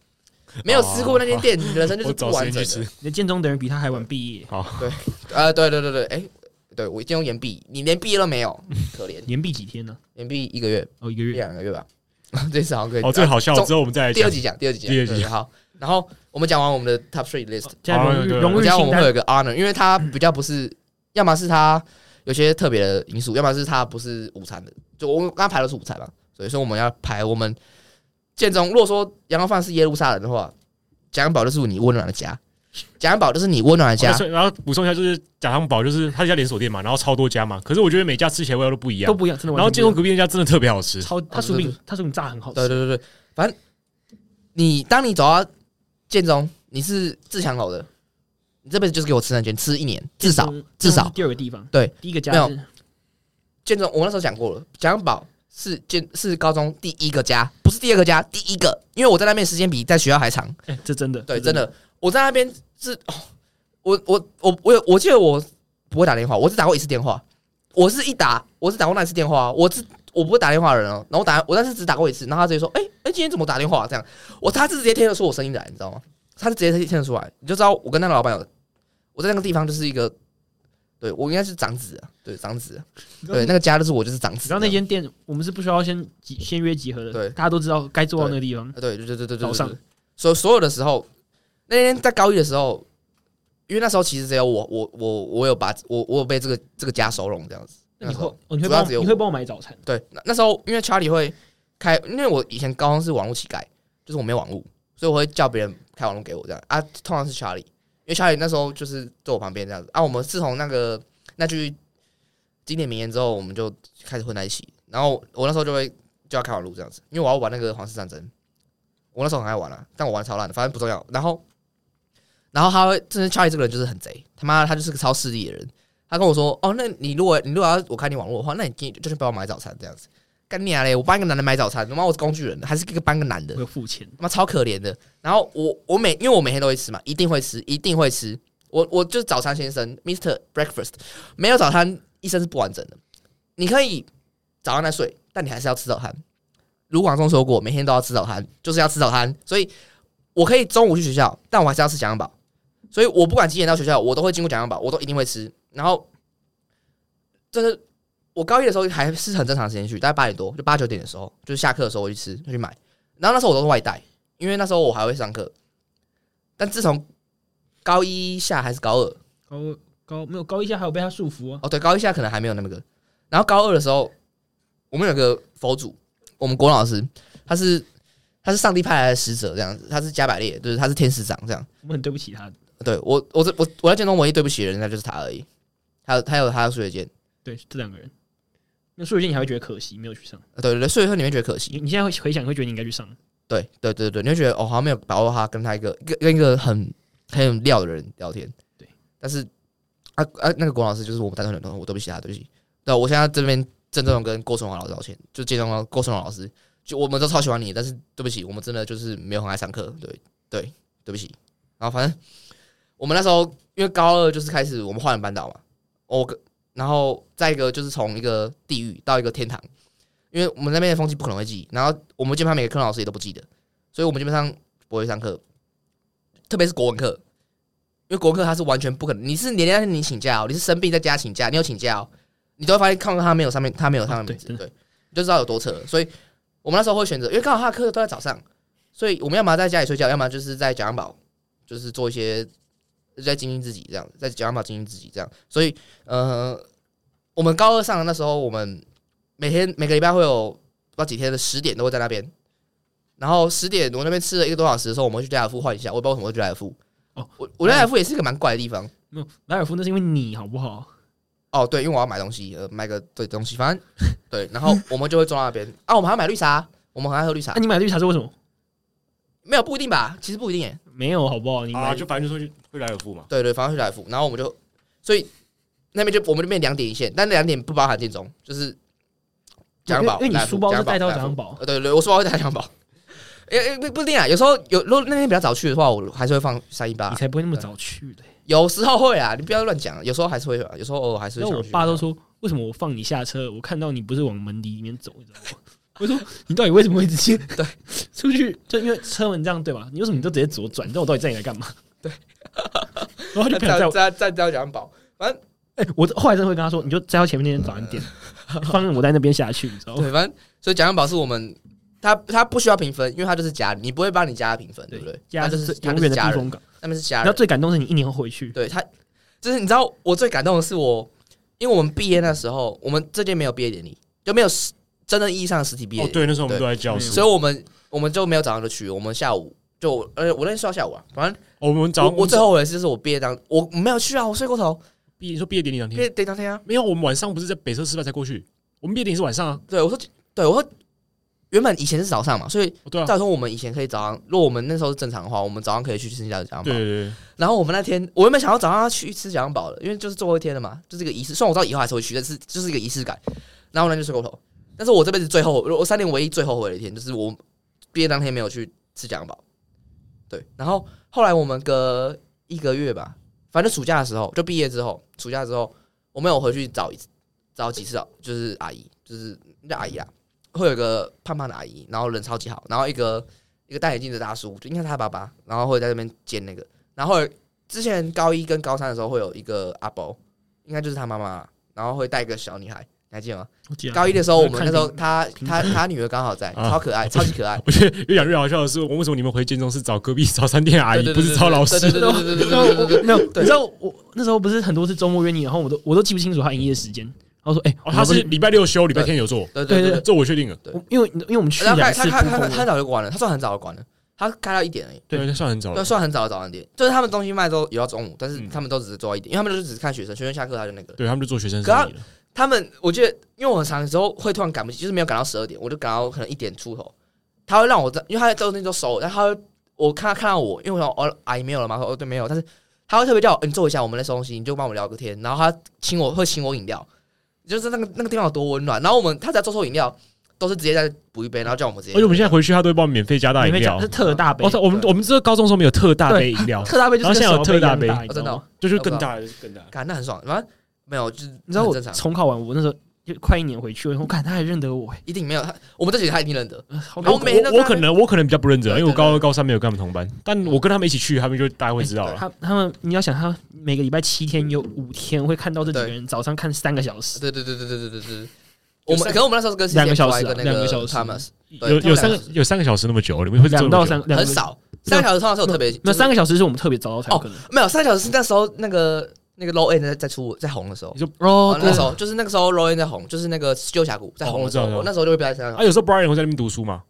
没有吃过那间店，你人生就我是不找时完间整去的。吃。你的建中等于比他还晚毕业，呃，对对对对，哎、对我一定用延毕，你连毕业都没有，可怜，延毕几天呢？延毕一个月，哦，一个一月。两个月 吧。这次好像可以。哦，这个好笑，中之后我们再来第讲二。集讲，第二集讲，第二集对好。然后我们讲完我们的 top three list，现在荣对誉对哦对荣我誉讲我清们会单有一个 honor，因为它比较不是，要么是它有些特别的因素，要么是它不是午餐的。就我们刚刚排的是午餐嘛，所以说我们要排我们建中。如果说羊肉饭是耶路撒冷的话，蒋安堡就是你温暖的家，蒋安堡就是你温暖的哦家。所以然后补充一下，就是贾汤堡，就是他家连锁店嘛，然后超多家嘛。可是我觉得每家吃起来味道都不一啊都样。不一样，真的然完后全建不一样。中隔壁那家真的特别好吃，超他哦薯对饼，他薯饼炸得很好哦对吃，对对对，反正你当你走到建中，你是自强楼的，你这辈子就是给我吃那间，吃一年至少建。中至少这是嗯第二个地方，对，第一个家没有是建中，我那时候讲过了，蒋宝是建是高中第一个家，不是第二个家，第一个，因为我在那边时间比在学校还长。哎，这真的，对，真，的，我在那边是，哦我我我我有我记得我不会打电话，我只打过一次电话，我是一打我是打过那一次电话，啊我是我不会打电话的人哦、然后我打我但是只打过一次，然后他直接说，哎、哎、今天怎么打电话、这样，我他是直接听得出我声音来，你知道吗？他是直接听得出来，你就知道我跟那个老板有，我在那个地方就是一个，对我应该是长子啊，对长子啊，对那个家就是我就是长子啊这样，然后那间店我们是不需要先集先约集合的，对大家都知道该坐到那个地方，啊，对对对对对，对早上对所所有的时候，那天在高一的时候，因为那时候其实只有我，我我我有把我我有被这个这个家收容这样子。那你那时会候哦你会主要帮只有我你会帮我买早餐，对，那那时候因为 Charlie 会开，因为我以前高中是网络乞丐，就是我没网络，所以我会叫别人开网络给我这样啊，通常是 Charlie，因为 Charlie 那时候就是坐我旁边这样子啊。我们自从那个那句经典名言之后，我们就开始混在一起，然后我那时候就会就要开网络这样子，因为我要玩那个皇室战争，我那时候很爱玩啊，但我玩得超烂的，反正不重要。然后然后他会，真的 Charlie 这个人就是很贼，他妈的他就是个超势利的人。他跟我说：“哦，那你如果你如果要我开你网络的话，那你今天就去帮我买早餐这样子。”干你啊嘞！我帮一个男的买早餐，他妈我是工具人，还是一个帮一个男的我，会付钱，他妈超可怜的。然后我我每因为我每天都会吃嘛，一定会吃，一定会吃。我我就是早餐先生，Mr. Breakfast，没有早餐一生是不完整的。你可以早上再睡，但你还是要吃早餐。卢广仲说过，每天都要吃早餐，就是要吃早餐。所以我可以中午去学校，但我还是要吃蒋汉堡。所以我不管几点到学校，我都会经过蒋汉堡，我都一定会吃。然后，这是我高一的时候还是很正常的时间去，大概八点多就八九点的时候，就是下课的时候我去吃，我去买。然后那时候我都是外带，因为那时候我还会上课。但自从高一下还是高二，高高没有高一下还有被他束缚啊，哦对，高一下可能还没有那么个。然后高二的时候，我们有个佛祖，我们国文老师，他是他是上帝派来的使者，这样子，他是加百列，就是他是天使长这样。我们很对不起他，对我，我这我我在建中唯一对不起的人，那就是他而已。还有还有他的数学键，对这两个人。那数学键你还会觉得可惜，没有去上。呃对对对，所以说你会觉得可惜，你你现在会回想，会觉得你应该去上。对对对对，你会觉得哦，好像没有把握他跟他一个跟跟一个很很有料的人聊天。对，但是啊啊，那个郭老师就是我们单纯的同学，我对不起他，对不起。对，啊我现在这边郑重地跟郭崇华老师道歉，就建中的郭崇华老师，就我们都超喜欢你，但是对不起，我们真的就是没有很爱上课，对对，对不起。然后反正我们那时候因为高二就是开始我们换了班导嘛，我跟然后再一个就是从一个地狱到一个天堂，因为我们那边的风气不可能会记，然后我们基本上每个课老师也都不记得，所以我们基本上不会上课，特别是国文课，因为国文课他是完全不可能，你是连那天你请假哦，你是生病在家请假，你有请假哦，你都会发现看到他没有上面，他没有上面名字，对对，你就知道有多扯，所以我们那时候会选择，因为刚好他的课都在早上，所以我们要么在家里睡觉，要么就是在蒋堡，就是做一些。在精进自己，这样在蒋堡精进自己，这样，所以呃，我们高二上的那时候，我们每天每个礼拜会有不知道几天的十点都会在那边。然后十点我那边吃了一个多小时的时候，我们会去莱尔夫换一下，我也不知道为什么会去莱尔夫。哦，我我觉得莱尔夫也是一个蛮怪的地方。没有莱尔夫，那是因为你好不好？哦，对，因为我要买东西，呃，买个对东西，反正对，然后我们就会坐到那边啊，我们还要买绿茶，我们很爱喝绿茶啊那、，你买绿茶是为什么？没有不一定吧，其实不一定耶，没有好不好？你买啊，就反正就是会莱尔富嘛。对对，反正去来福，然后我们就，所以那边就我们这边两点一线，但那两点不包含建中，就是蒋宝，因为因为来你福书包蒋是宝带到来福蒋宝，呃，对对，我书包会带两包。诶、诶，不不一定啊，有时候有如果那天比较早去的话，我还是会放三一八你。才不会那么早去的。有时候会啊，你不要乱讲，有时候还是会啊，有时候偶尔还是那会想我去爸 都说，为什么我放你下车，我看到你不是往门里面走，你知道吗？ 我说你到底为什么会直 接对出去？就因为车门这样对吧？你为什么你就直接左转？你知道我到底载你来干嘛？对，然后 他就不想载站我。站站到蒋宝，哎、我后来真的会跟他说，你就载到前面那间早餐店，放任我在那边下去，你知道吗？嗯对，反正所以蒋宝是我们他他不需要评分，因为他就是家人，你不会帮你加评分，对不对？家他就就是是他永就远是的家避人，风港。那边是家然后人，最感动的是你一年后回去，对他就是你知道我最感动的是我，因为我们毕业那时候，我们这届没有毕业典礼，就没有实真正意义上的实体毕业哦典礼，对，那时候我们都在教室嗯所以，我们我们就没有早上就去，我们下午就呃，我那天睡到下午啊，反正哦我们早我上我最后悔的是就是我毕业当我没有去啊，我睡过头，毕业你说毕业典礼两毕天，业得当天啊，没有，我们晚上不是在北车吃饭才过去，我们毕业典礼是晚上啊，对我说对我说原本以前是早上嘛，所以哦对啊，照理说我们以前可以早上，如果我们那时候是正常的话，我们早上可以去吃饺子堡对。对对，然后我们那天我原本想要早上要去吃饺子堡的，因为就是最后一天了嘛，就是一个仪式，虽然我知道以后还是会去，但是就是一个仪式感。然后呢就睡过头，但是我这辈子最后我三年唯一最后悔的一天就是我毕业当天没有去吃酱堡。对，然后后来我们隔一个月吧，反正暑假的时候就毕业之后，暑假之后我们有回去找一次，找几次啊，就是阿姨，就是那阿姨啊，会有一个胖胖的阿姨，然后人超级好，然后一个一个戴眼镜的大叔，就应该是他爸爸，然后会在那边煎那个，然后之前高一跟高三的时候会有一个阿伯，应该就是他妈妈，然后会带一个小女孩，你还记得吗？我记得高一的时候，我们那时候看他他他女儿刚好在，啊超可爱，超级可爱。我觉得越讲越好笑的是，我为什么你们回建中是找隔壁早餐店阿对姨，对不对是找老师？对对对对对对对对对对 没有，对你知道我那时候不是很多次周末约你，然后我都我都记不清楚他营业时间。然后说，哎、哦，他是礼拜六休，礼拜天有做，对对对对。这我确定了。对我因为因为我们去然后开两次他他他他不他很早就关了，他算很早就关了，他开到一点而已，对对，那算很早对，了。算很早的早餐店。就是他们东西卖都也要中午，但是他们都只是做到一点，因为他们就只是看学生，学生下课他就那个了。对他们就做学生生意了。他们我记得，因为我很长时候会突然赶不及，就是没有赶到十二点，我就赶到可能一点出头。他会让我在，因为他在周天都熟，但他会我看他看到我，因为我想哦阿姨没有了吗？他说哦对没有，但是他会特别叫我、欸你坐一下，我们在收东西，你就帮我聊个天，然后他请我会请我饮料，就是那个那个地方有多温暖。然后我们他只要做错饮料，都是直接在补一杯，然后叫我们直接。而且我们现在回去，他都会帮我们免费加大你饮没讲料是。特大杯哦，，他我们我们这个高中的时候没有特大杯饮料，特大杯就是跟然后现在有特小大杯一样哦你知真的道哦吗？就是更大， 就是更大。干那很爽，反正没有就是你知道很我正常，重考完，我那时候就快一年回去，我看他还认得我，哎一定没有他，我们这几个他一定认得。呃好然感后动。每天都我我可能我可能比较不认真，因对为对我高二对高三没有跟他们同班，但我跟他们一起去，他们就大家会知道啊了。他他们，你要想他每个礼拜七天有五天会看到这几个人，早上看三个小时，对对对对对对对对。我们可能我们那时候是跟两个小时啊跟那两个小时 Thomas 对有他们两有三个个有三个小时那么久，你们会两到三，两很。个少，哦三个小时通常是有特别，那就是三个小时是我们特别早到才有可能。没有，三小时是那时候那个那个 Low End 在在出在红的时候，哦哦，那时候就是那个时候 Low End 在红，就是那个旧峡谷在红的时候，哦我知道我那时候就会不在三小啊，有时候 Brian 会在那边读书嘛，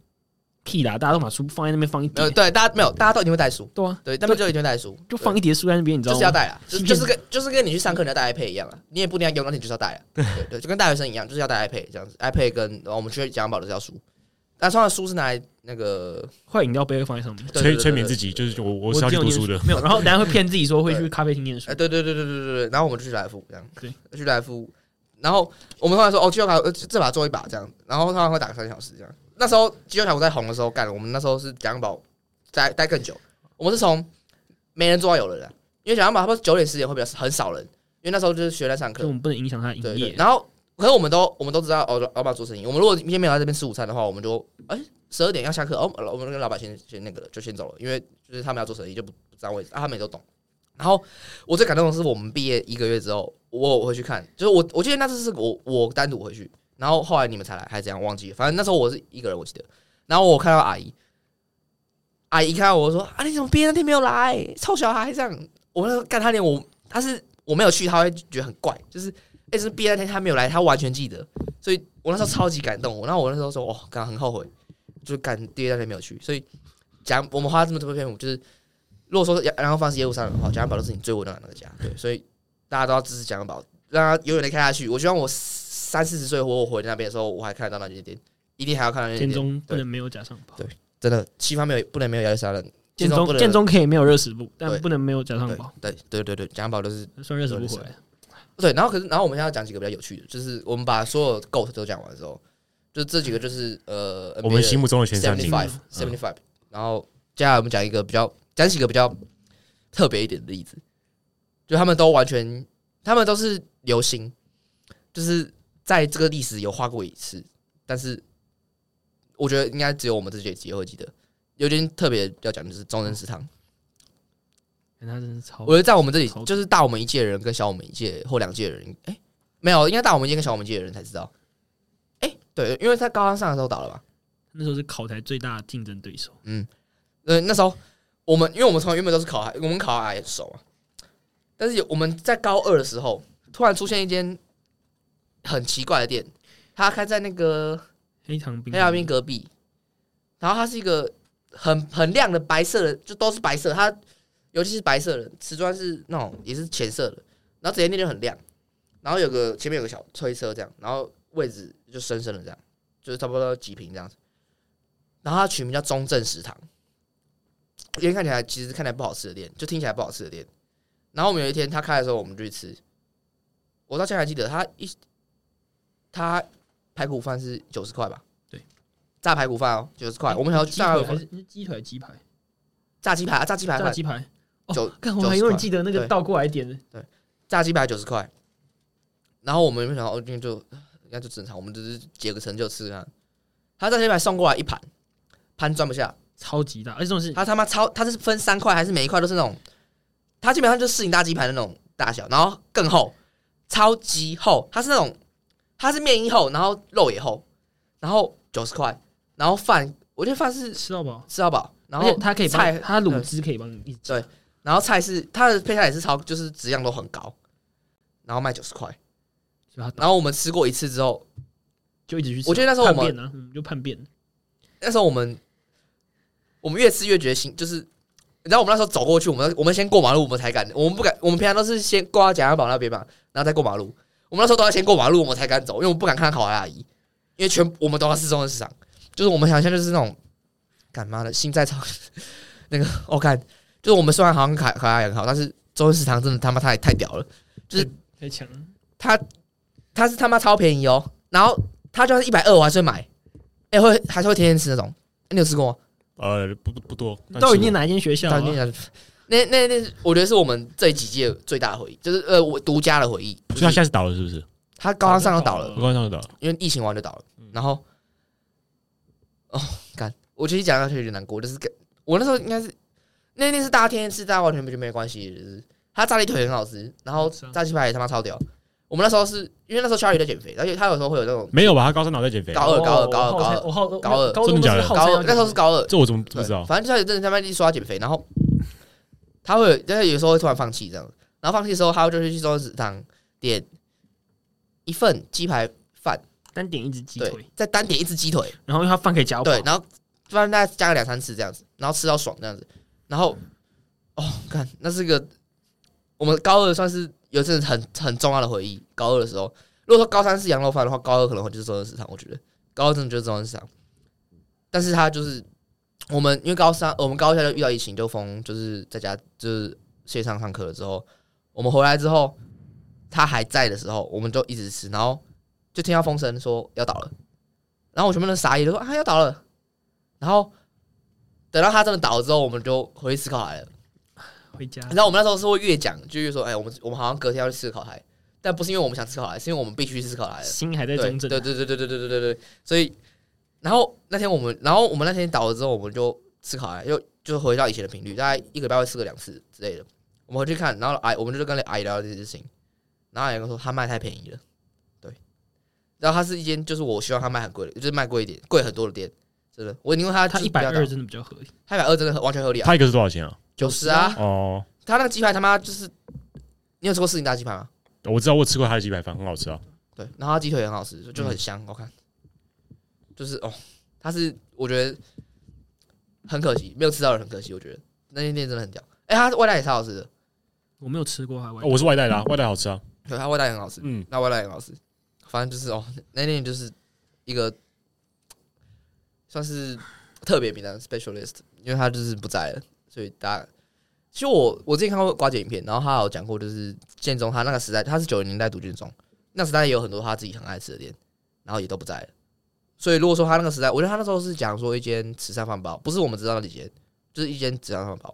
屁啦，大家都把书放在那边放一没有叠，对，大家没有，大家都一定会带书，对啊，对，那边就一定会带书，就对放一叠书在那边，你知就道是要吗？带啊，就是就是跟就是跟你去上课你要带 iPad 一样啊，你也不一定要用，但你就是要带啊，对对，就跟大学生一样，就是要带 iPad 这样子，iPad 跟然后我们去讲保的是要书，但通常书是拿来那个坏饮料杯会放在上面。对对催对对催眠对自己，就是我我我是要只去有读念书的。没有，然后大家会骗自己说会去对咖啡厅念书哎，，对对对对对对对，然后我们就去来福这样，去来福，然后我们后来说哦，肌肉条呃这把做一把这样，然后通常会打个三小时这样。那时候肌肉条在红的时候干了，我们那时候是蒋宝待待更久，我们是从没人做到有人啊，因为蒋宝他们九点十点会比较很少人，因为那时候就是学那堂就我课，们不能影响他的对营对。业。然后，可是我们都我们都知道哦，老老板做生意。我们如果今天没有在这边吃午餐的话，我们就哎十二点要下课，哦，老我们跟老板先先那个了，就先走了，因为就是他们要做生意就不不占位置，啊，他们也都懂。然后我最感动的是，我们毕业一个月之后，我有回去看，就是我我记得那次是我我单独回去，然后后来你们才来，还是怎样忘记了，反正那时候我是一个人，我记得。然后我看到阿姨，阿姨看到我说：“啊，你怎么毕业那天没有来？臭小孩这样！”我那时候干他脸，我他是我没有去，他会觉得很怪，就是哎，是毕业那天他没有来，他完全记得，所以我那时候超级感动。然后我那时候说：“哦，刚刚很后悔，就感毕业那天没有去。”所以讲我们花这么多篇幅，就是如果说然后方式业务上的话，蒋安宝都是你最温暖的那个家，对，所以大家都要支持蒋安宝，让他永远的看下去。我希望我三四十岁或我回那边的时候，我还看得到那间店，一定还要看到那间建店。中不能没有假上跑对，真的，西方没有不能没有亚历山人，建不中能建中可以没有热食部，但对不能没有假上对跑，对对对对，蒋宝都是算热食部回来。对。然后可是，然后我们现在要讲几个比较有趣的，就是我们把所有 GOAT 都讲完之后，就这几个就是呃，我们心目中的前三 seventy 名， five seventy five，然后接下来我们讲一个比较讲几个比较特别一点的例子，就他们都完全，他们都是流行，就是在这个历史有画过一次，但是我觉得应该只有我们这届机会记得。有点特别要讲的就是中正食堂。但哎他真是超我觉得在我们这里超，就是大我们一届的人跟小我们一届或两届的人，哎、没有，应该大我们一届跟小我们一届的人才知道。哎、对，因为他高三上的时候倒了吧？那时候是考台最大的竞争对手，嗯，呃，那时候我们因为我们从原本都是考海，我们考海很熟啊，但是有我们在高二的时候，突然出现一间很奇怪的店，它开在那个黑糖冰黑哎亚冰隔壁，然后它是一个很很亮的白色的，就都是白色，它尤其是白色的瓷砖是那种也是浅色的，然后整间店就很亮，然后有个前面有个小推车这样，然后位置就深深的这样，就是差不多几平这样子，然后它取名叫中正食堂，因为看起来其实看起来不好吃的店，就听起来不好吃的店，然后我们有一天他开的时候我们就去吃，我到现在还记得他一他排骨饭是九十块吧。炸排骨饭哦，九十块。我们想要哎鸡炸腿还是是鸡腿还是鸡排？炸鸡排啊，炸鸡排炸饭，鸡排。九哦，看我还永远记得那90个块倒过来点的，炸鸡排九十块。然后我们没想到，哦，今天就应该就正常，我们只是解个成就吃看。他炸鸡排送过来一盘，盘装不下，超级大，而且这种是他他妈超，他是分三块还是每一块都是那种，他基本上就是市营大鸡排的那种大小，然后更厚，超级厚，它是那种，它是面衣厚，然后肉也厚，然后九十块，然后饭，我觉得饭是吃到饱，吃到饱，然而且后它可以菜帮它卤嗯汁可以帮你一直对然后菜是它的配菜也是超，就是质量都很高，然后卖九十块。所以它然后我们吃过一次之后，就一直去吃。我觉得那时候我们叛变啊，嗯就叛变，那时候我们我们越吃越决心，就是你知道我们那时候走过去，我们我们先过马路，我们才敢，我们不敢，我们平常都是先过到贾家堡那边嘛，然后再过马路。我们那时候都要先过马路，我们才敢走，因为我们不敢看烤鸭阿姨，因为全我们都要市中的市场，就是我们想象就是那种，干妈的心在超 那个，我、看就是我们虽然好像烤烤鸭也很好，但是中央市场真的他妈太太屌了。太强了。他他是他妈超便宜哦，然后他就算是一百二，我还是会买，哎、会还是会天天吃那种。你有吃过吗？呃，不不不多，但到是底念我哪一间学校啊？当天那那那，我觉得是我们这几届最大的回忆，就是呃，我独家的回忆。所以他现在是倒了，是不是？他高三上就倒早了就倒了，我刚刚倒了，因为疫情完就倒了。嗯然后，哦，干，我其实讲下去有点难过，就是跟我那时候应该是那天是大家天天吃，大家完全没觉得没关系，就是他炸鸡腿很好吃，然后是啊炸鸡排也他妈超屌。我们那时候是因为那时候小雨在减肥，而且他有时候会有那种没有吧？他高三脑在减肥，高二高二高二我高号二哦称我号我高二高中真的假的都是号称高要二，那时候是高二，这我怎么不对知道？反正就是真的他们一直说要减肥，然后他会有，就是有时候会突然放弃这样，然后放弃的时候，他就会去中央食堂点一份鸡排饭，单点一只鸡对腿，，再单点一只鸡腿，然后因为它饭可以夹对饱，，然后不然大概加个两三次这样子，然后吃到爽这样子，然后哦，看那是个我们高二算是有一阵子很很重要的回忆。高二的时候，如果说高三是羊肉饭的话，高二可能会就是中央市场，我觉得高二真的就是中央市场，但是他就是我们因为高三，呃我们高一下就遇到疫情，就封，就是在家就是线上上课了之后，我们回来之后，他还在的时候，我们就一直吃，然后就听到风声说要倒了，然后我全部人都傻眼，就说啊要倒了，然后等到他真的倒了之后，我们就回去吃烤海了。回家你知道我们那时候是会越讲，就越说，哎、我们我们好像隔天要去吃烤台，但不是因为我们想吃烤台，是因为我们必须去吃烤台的。心还对在中正啊，对对对对对对对对对，所以然后那天我们，然后我们那天倒了之后，我们就吃烤鸭，又就回到以前的频率，大概一个礼拜会吃个两次之类的。我们回去看，然后阿姨我们就跟阿姨聊聊这件事情，然后阿姨跟我说她卖太便宜了，对，然后它是一间就是我希望它卖很贵的，就是卖贵一点，贵很多的店，真的，我宁愿它他就是一不百要二打，真的比较合理。它一百二真的很完全合理啊，它一个是多少钱啊？ 九十啊，哦，它那个鸡排他妈就是，你有吃过四零大鸡排吗？哦我知道我吃过它的鸡排饭，很好吃啊。对，然后它鸡腿很好吃，就就很香，好看。就是哦，它是我觉得很可惜，没有吃到的很可惜。我觉得那间店真的很屌，哎、它外带也超好吃的，我没有吃过海外哦，我是外带嗯的，啊，外带好吃啊。对，它外带也很好吃，嗯，那外带也很好吃。反正就是哦，那间店就是一个算是特别名单 specialist，因为他就是不在了，所以大家。其实我我之前看过瓜姐影片，然后他有讲过，就是建中他那个时代，他是九零年代读建中，那时代也有很多他自己很爱吃的店，然后也都不在了。所以如果说他那个时代，我觉得他那时候是讲说一间慈善饭包，不是我们知道的那几间，就是一间慈善饭包。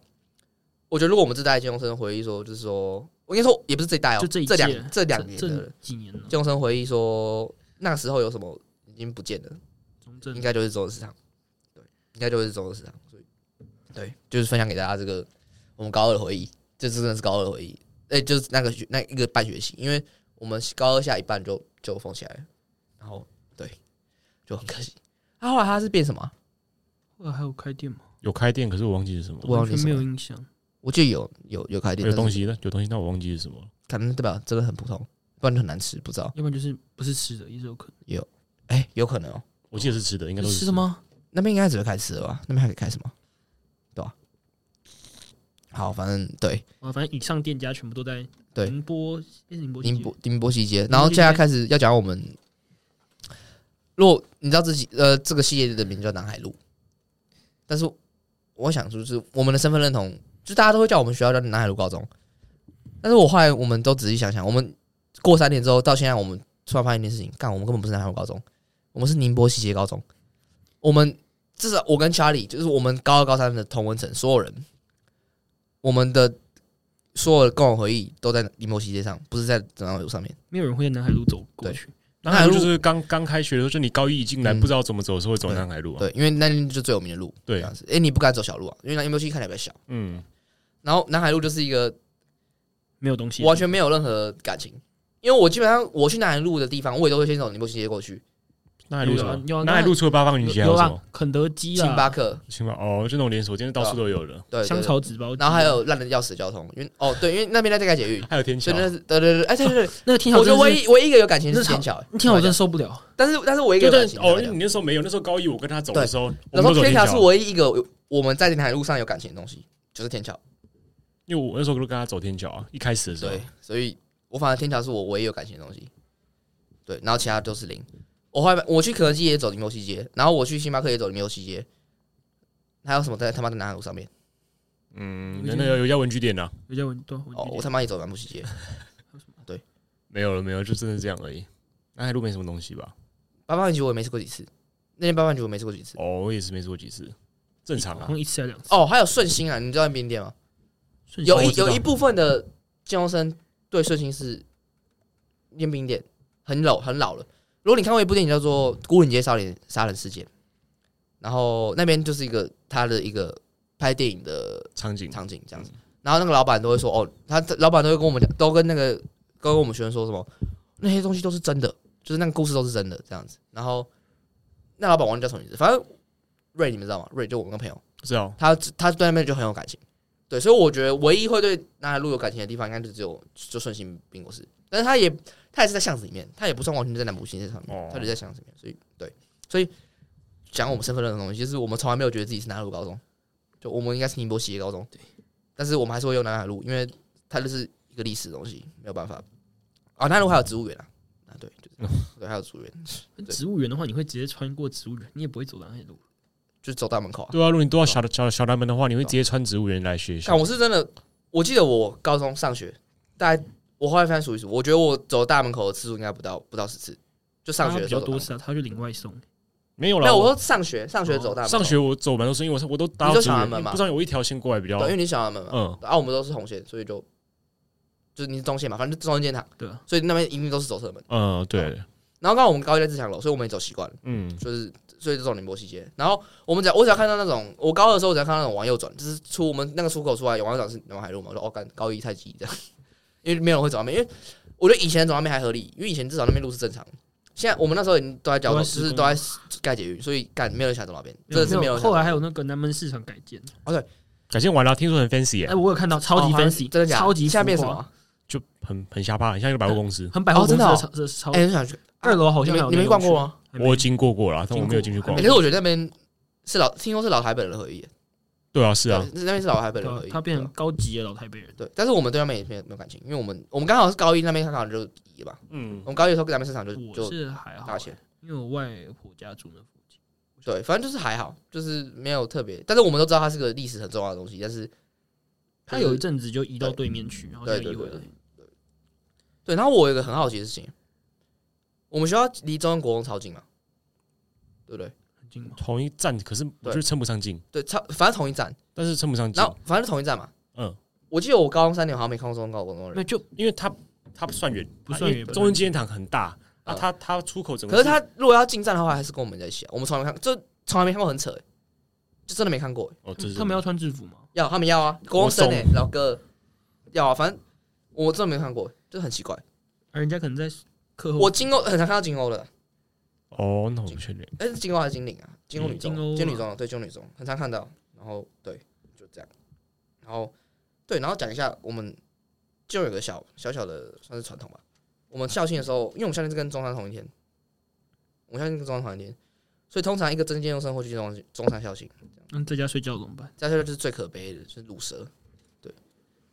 我觉得如果我们这代建中生回忆说，就是说，我应该说也不是这一代哦、就这一这届两这两年的这人，几年了，建中生回忆说，那时候有什么已经不见了。嗯中正应该就是中日市场，对，应该就是中日市场，所以对，就是分享给大家这个我们高二的回忆，这真的是高二的回忆，哎、就是那个学那一个半学期，因为我们高二下一半就就封起来了，然后对，就很可惜。啊，后来他是变什么啊？后来还有开店吗？有开店，可是我忘记是什么，我忘完记全什没有么印象。我记得有有有开店，有但东是西的，有东西，但我忘记是什么了。可能对吧？真的很普通，不然就很难吃，不知道，要不然就是不是吃的，也是有可能。哎、有可能哦、我记得是吃的，应该都有是吃的？吗？那边应该只会开吃的吧？那边还可以开什么？对吧、好，反正对，啊，反正以上店家全部都在对宁波，诶宁波西街宁波宁波西街，波然后西现在街开始要讲我们，如果你知道自己呃这个系列的名字叫南海路，但是我想说就是我们的身份认同，就大家都会叫我们学校叫南海路高中，但是我后来我们都仔细想想，我们过三年之后到现在，我们突然发现一件事情，干我们根本不是南海路高中，我们是宁波西街高中，我们至少我跟查理就是我们高二高三的同文层所有人，我们的所有的共同回忆都在宁波西街上，不是在整条路上面。没有人会在南海路走过对去。南海南海路路就是刚刚开学的时候，就你高一一进来嗯不知道怎么走的时候，会走南海路啊。对，因为那就是最有名的路，这对，样子。哎，你不敢走小路啊，因为那 M 七看起来比较小。嗯，然后南海路就是一个没有东西，完全没有任何感情，因为我基本上我去南海路的地方，我也都会先走宁波西街过去，南海路什有啊有么？啊南海路除了八方云有集还有有什啊么？，肯德基星巴啊，克，行吧，哦，就那种连锁店，到处都有的。对，啊对香。对草纸包鸡，然后还有烂的要死的交通，因为哦对，因为那边在盖 捷运，还有天所桥以，那是对对对，哎对 对对，那个天桥我觉真得的唯是，一唯一一个有感情是那是天桥，哎天桥我真的，受不了。但是但是我一个就有但感情，哦，坦白因为讲你那时候没有，那时候高一我跟他走的时候，我然们都后走天桥桥是唯一一个我们在南海路上有感情的东西，就是天桥，因为我那时候都跟他走天桥啊，一开始的时候对，，所以我反而天桥是我唯一有感情的东西。对，然后其他都是零。我后来我去肯德基也走林游西街，然后我去星巴克也走林游西街，还有什么在他妈的南海路上面？嗯，那那有有家文具店啊，有些文对啊文具哦，我店他妈也走南部西街，没有了，没有了，就真的这样而已。南海路没什么东西吧？八方饭局我也没吃过几次，那天八方饭局我没吃过几次。哦，我也是没吃过几次，正常好啊。像一次还两次。哦，还有顺兴啊，你知道那边店吗？顺有手一我知道有一部分的建中生对顺兴是练兵点，很老很老了。如果你看过一部电影叫做《孤岭街少年杀人事件》，然后那边就是一个他的一个拍电影的场景场景这样嗯子。然后那个老板都会说，哦，他老板都会跟我们讲，都跟那个都跟我们学生说什么，哦那些东西都是真的，就是那个故事都是真的这样子。然后那老板忘记叫什么名字，反正瑞你们知道吗？瑞就我们个朋友，不知道他他对那边就很有感情。对，所以我觉得唯一会对南海路有感情的地方，应该就只有就顺兴冰果室，但是他也他也是在巷子里面，他也不算完全在南部新街上哦面，他就在巷子里面，所以对，所以讲我们身份认同的东西，就是我们从来没有觉得自己是南海路高中，就我们应该是宁波西街高中，对，但是我们还是会用南海路，因为它就是一个历史的东西，没有办法。啊，南海路还有植物园啊，啊对，就是对，还有植物园，植物园的话，你会直接穿过植物园，你也不会走南海路。就是走大门口啊。对啊，如果你都要小小小南门的话，你会直接穿植物园来学校看，。我是真的，我记得我高中上学，大概我后来翻数一数，我觉得我走大门口的次数应该不到不到十次，就上学它的比时候较走大门多口。次啊，他去领外送。没有没啦，有，我说上学上学走大门口，哦上学我走蛮多是因为我我都搭你就捷小运南门嘛不知道我一条线过来比较对，因为你小他们嘛，哦嗯，啊，我们都是红线，所以就就是你是中线嘛，反正就中间塔，对啊，所以那边一定都是走侧门。嗯，对，然后刚好我们高一在自强楼，所以我们也走习惯了，嗯，就是所以就走宁波西街。然后我们只要我只要看到那种，我高二的时候我只要看到那种往右转，就是出我们那个出口出来有往右转是南海路嘛，我说哦，干高一太急这样， 因为没有人会走那边，因为我觉得以前走那边还合理，因为以前至少那边路是正常。现在我们那时候已经都在交通，都在就施是工都在盖捷运，所以干没有人想走那边，真的是没没有有。人想走。后来还有那个南门市场改建，改建完了，听说很 fancy 耶哎，我有看到超级哦好像 fancy，真的假的？超级现在变浮什夸么啊？就很很瞎趴，很像一个百货公司。很百货哦公司真的的哦超这是超哎，我想去二楼好像你还们你有那没个逛过区？吗？还没我有经过过了，但我没有进去逛欸、可。是我觉得那边是老，听说是老台北人的合意，对啊，是啊，对，那边是老台北人对的啊合意，他变成对啊高级的老台北人，对，但是我们对他们也没有没有感情，因为我们我们刚好是高一那边，他刚好就移了吧，嗯我，们高一的时候跟他们市场就我就是还好欸大，钱，因为我外婆家住那附近，对，反正就是还好，就是没有特别，但是我们都知道它是个历史很重要的东西，但是他有一阵子就移到对面去，然后现在对移对回对来。对，然后我有一个很好奇的事情，我们学校离中央国中超近嘛，对不对？很近吗？同一站，可是我觉得称不上近，对，差反正同一站，但是称不上近然。后反正是同一站嘛，嗯，我记得我高中三年好像没看过中央高中的哦那人，就因为它它不算远，不算远因为中间纪念堂很大啊，嗯它它出口整可个。是他如果要进站的话，还是跟我们在一起啊，我们从来没看，就从来没看过，很扯、欸，就真的没看过、欸。哦，这是他们要穿制服吗？要他们要啊，国国中生中哎、老哥要啊，反正我真的没看过，就很奇怪。啊，人家可能在课后，我金欧很常看到金欧的，哦，那我不确定。哎、是金欧还是金领啊？金欧女中金欧，啊金女中，对，金女中很常看到。然后对，就这样。然后对，然后讲一下我们就有个小小小的算是传统吧。我们校庆的时候，因为我们校庆是跟中山同一天，我们校庆跟中山同一天，所以通常一个真尖用生会去中中山校庆。那在家睡觉怎么办？加下来就是最可悲的，就是卤蛇。对，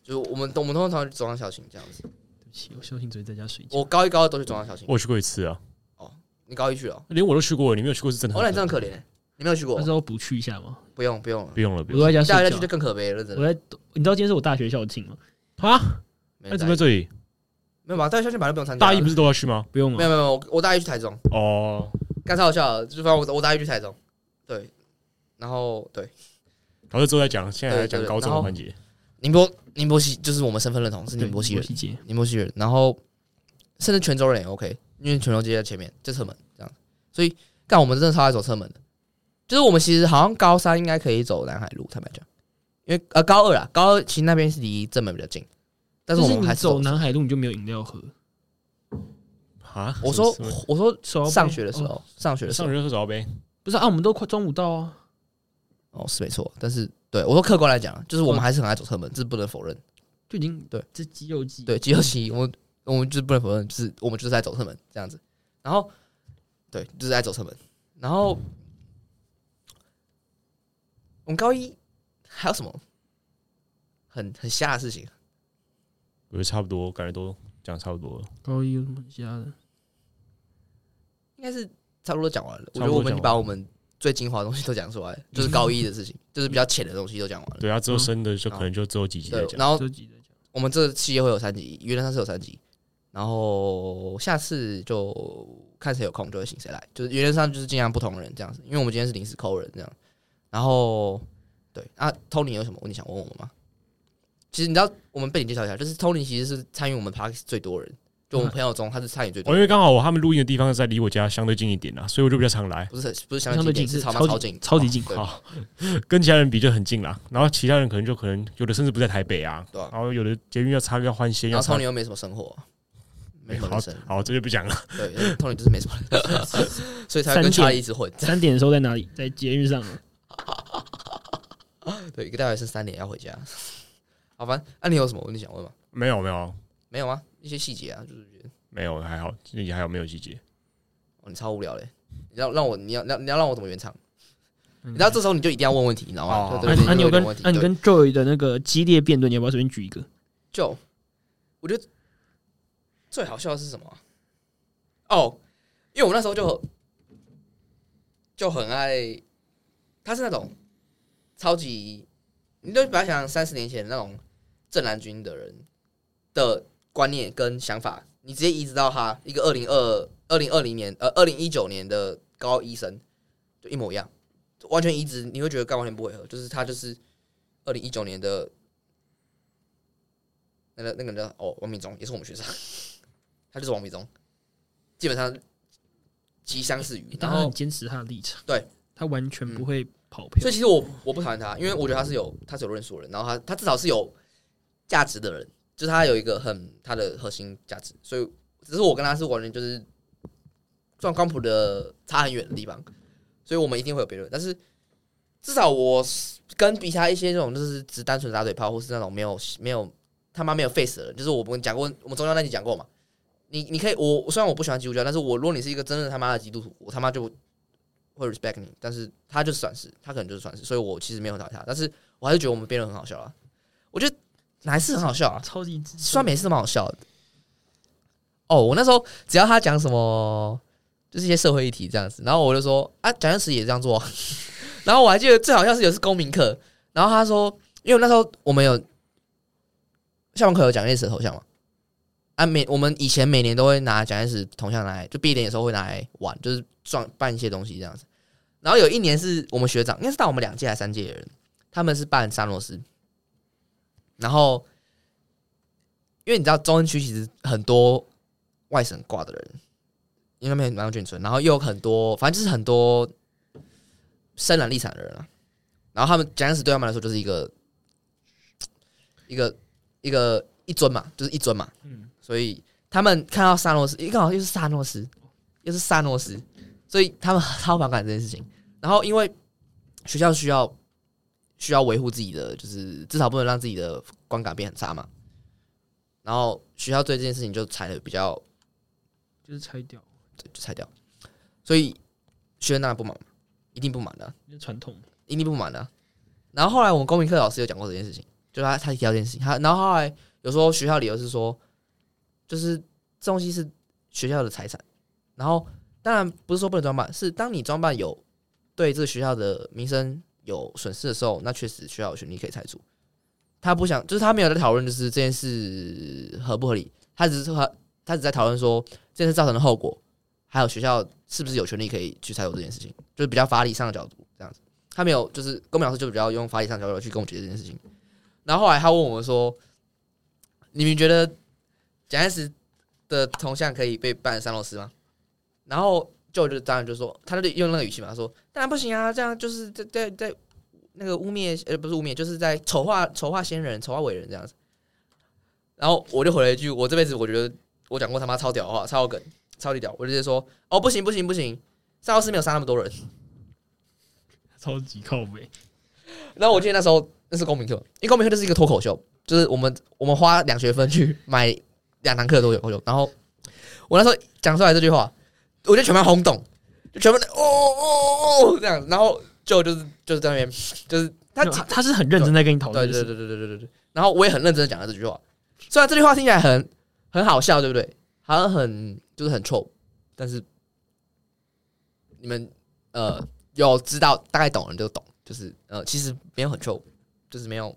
就是我们我们通常去中央小型这样子。对不起，我相信只会在家睡觉。我高一高二都去中央小型，我有去过一次啊，你高一去了哦，连我都去过，你没有去过是真的哦，很。那你真的可怜欸，你没有去过那，时候不去一下吗？不用不用了不，用了，不我用都了。在家下一睡代觉去就。更可悲了，真的。我在，你知道今天是我大学校庆吗？啊，没那人怎在么在这里？没有吧？大一校庆本来就不用参加了，大一不是都要去吗？不用没了。有没有没有，我我大一去台中，哦，干超好笑的，就反正我我大一去台中，对，然后对然后之后再讲，现在还在讲对对对高中然后的环节。宁波宁波西就是我们身份认同是宁波西人，细节，宁波西人，然后甚至泉州人也 OK，因为泉州街在前面，就侧门这样，所以干我们真的超爱走侧门的，就是我们其实好像高三应该可以走南海路，坦白讲，因为呃高二啦，高二其实那边是离正门比较近，但是我们你还是走走。南海路，你就没有饮料喝。啊，我说什么我说手摇杯上学的时哦候，上学的时上候学的时候呗，不是啊，我们都快中午到啊。哦是没错，但是对我说客观来讲，就是嗯我们还是很爱走侧门，这不能否认。就已经对这肌肉记忆对，肌肉记忆，我们我们就是不能否认，就是我们就是在走侧门这样子。然后，对，就是在走侧门。然后，我们高一还有什么很很瞎的事情？我觉得差不多，感觉都讲差不多了。高一有什么其他的？应该是差不多讲完了。我差觉得我不多们已讲经把我们最精华的东西都讲出来了，就是高一的事情，就是比较浅的东西都讲完了。对啊，之后嗯升的就可能就只有几集在对，讲。然后这集再讲。我们这期会有三集，原来上是有三集，然后下次就看谁有空就会请谁来，就是原则上就是尽量不同人这样子，因为我们今天是临时扣人这样。然后对啊，Tony 有什么问题想问我们吗？其实你知道，我们被你介绍一下，就是 Tony 其实是参与我们 p a r k 最多人，就我们朋友中他是参与最多嗯哦，因为刚好他们录音的地方在离我家相对近一点啦，所以我就比较常来，不是不是相相对对近近，是超超超级近超级近对好跟其他人比就很近啦。然后其他人可能就可能有的甚至不在台北啊，对啊然后有的捷运要插要换线然要后插 Tony。又没什么生活，没什么好人生，好，这就不讲了。 对，Tony 就是没什么人 生，所以才会跟三点 Charlie 一直混。三点的时候在哪里？在捷运上啊。对，一个大学生三点要回家。好，反正那、你有什么问题想问吗？没有没有没有吗？一些细节啊，就是觉得没有，还好，你还有没有细节？哦，你超无聊嘞。你要让我，你要让你要让我怎么圆场？你你知道这时候你就一定要问问题，你知道吗哦？对对那对，那嗯啊你有跟问题那你对跟 Joy 的那个激烈辩论，你要不要随便举一个？就我觉得最好笑的是什么啊、哦，因为我那时候就就很爱，他是那种超级，你就把它想三十年前那种正蓝军的人的观念跟想法，你直接移植到他一个二零二二零二零年呃二零一九年的高一生，就一模一样，完全移植，你会觉得干完全不违和，就是他就是二零一九年的那个那个人叫哦王敏忠，也是我们学生， 他就是王敏忠，基本上极相似于，欸然但他后很坚持他的立场，对嗯他完全不会跑票所以。其实我我不讨厌他，因为我觉得他是有他是有论述的人，然后他他至少是有价值的人，就是他有一个很他的核心价值，所以只是我跟他是完全就是撞光谱的差很远的地方，所以我们一定会有辩论，但是至少我是跟比他一些那种就是只单纯打嘴炮或是那种没有没有他妈没有 face 的人，就是我们讲过我们宗教那集讲过嘛。你你可以，我虽然我不喜欢基督教，但是我如果你是一个真正他妈的基督徒，我他妈就会 respect 你，但是他就是算是，他可能就是算是，所以我其实没有很讨厌他，但是我还是觉得我们辩论很好笑啊。我觉得哪一次很好笑啊？超级支持虽然每次都蛮好笑的。哦，我那时候只要他讲什么，就是一些社会议题这样子，然后我就说啊，蒋介石也这样做啊、 然后我还记得最好笑是有一次公民课，然后他说，因为那时候我们有校门口有蒋介石的头像嘛，啊每我们以前每年都会拿蒋介石头像来，就毕业典礼的时候会拿来玩，就是装办一些东西这样子。然后有一年是我们学长，应该是大我们两届还是三届的人，他们是办沙罗斯，然后因为你知道中恩区其实很多外省挂的人，因为那边蛮有眷村，然后又有很多，反正就是很多深蓝立场的人啊。然后他们蒋介石对他们来说就是一个一个一个一尊嘛，就是一尊嘛，嗯所以他们看到萨诺斯，刚好又是萨诺斯，又是萨诺斯，所以他们超反感这件事情。然后因为学校需要需要维护自己的，就是至少不能让自己的观感变很差嘛。然后学校对这件事情就采的比较就是拆掉，就拆掉，所以学生当然不满嘛，一定不满的啊、就是传统一定不满的啊、然后后来我们公民课老师有讲过这件事情，就是他他提到这件事情，他然后后来有时候学校理由是说，就是这东西是学校的财产，然后当然不是说不能装扮，是当你装扮有对这个学校的名声有损失的时候，那确实学校有权利可以拆除。他不想，就是他没有在讨论，就是这件事合不合理，他只是他他只在讨论说这件事造成的后果，还有学校是不是有权利可以去拆除这件事情，就是比较法理上的角度这样子。他没有，就是公民老师就比较用法理上的角度去跟我们解释这件事情。然后后来他问我们说：“你们觉得蒋介石的铜像可以被办三楼师吗？”然后就就当然就说，他就用那个语气嘛，他说：“当然不行啊，这样就是在在在那个污蔑，呃，不是污蔑，就是在丑化丑化先人，丑化伟人这样子。”然后我就回了一句：“我这辈子我觉得我讲过他妈超屌的话，超有梗，超级屌。”我就直接说：“哦，不行不行不行，三楼师没有杀那么多人。”超级靠北， 然后我记得那时候那是公民课，因为公民课就是一个脱口秀，就是我们我们花两学分去买两堂课的脱口秀。然后我那时候讲出来这句话，我就全班轰动，就全部哦哦哦这样，然后就就是就是在那边就是他没有他他是很认真在跟你讨对论对的事，对对对对对对。然后我也很认真的讲了这句话，虽然这句话听起来很很好笑，对不对？好像很就是很臭，但是你们呃有知道大概懂的人就懂，就是呃其实没有很臭，就是没有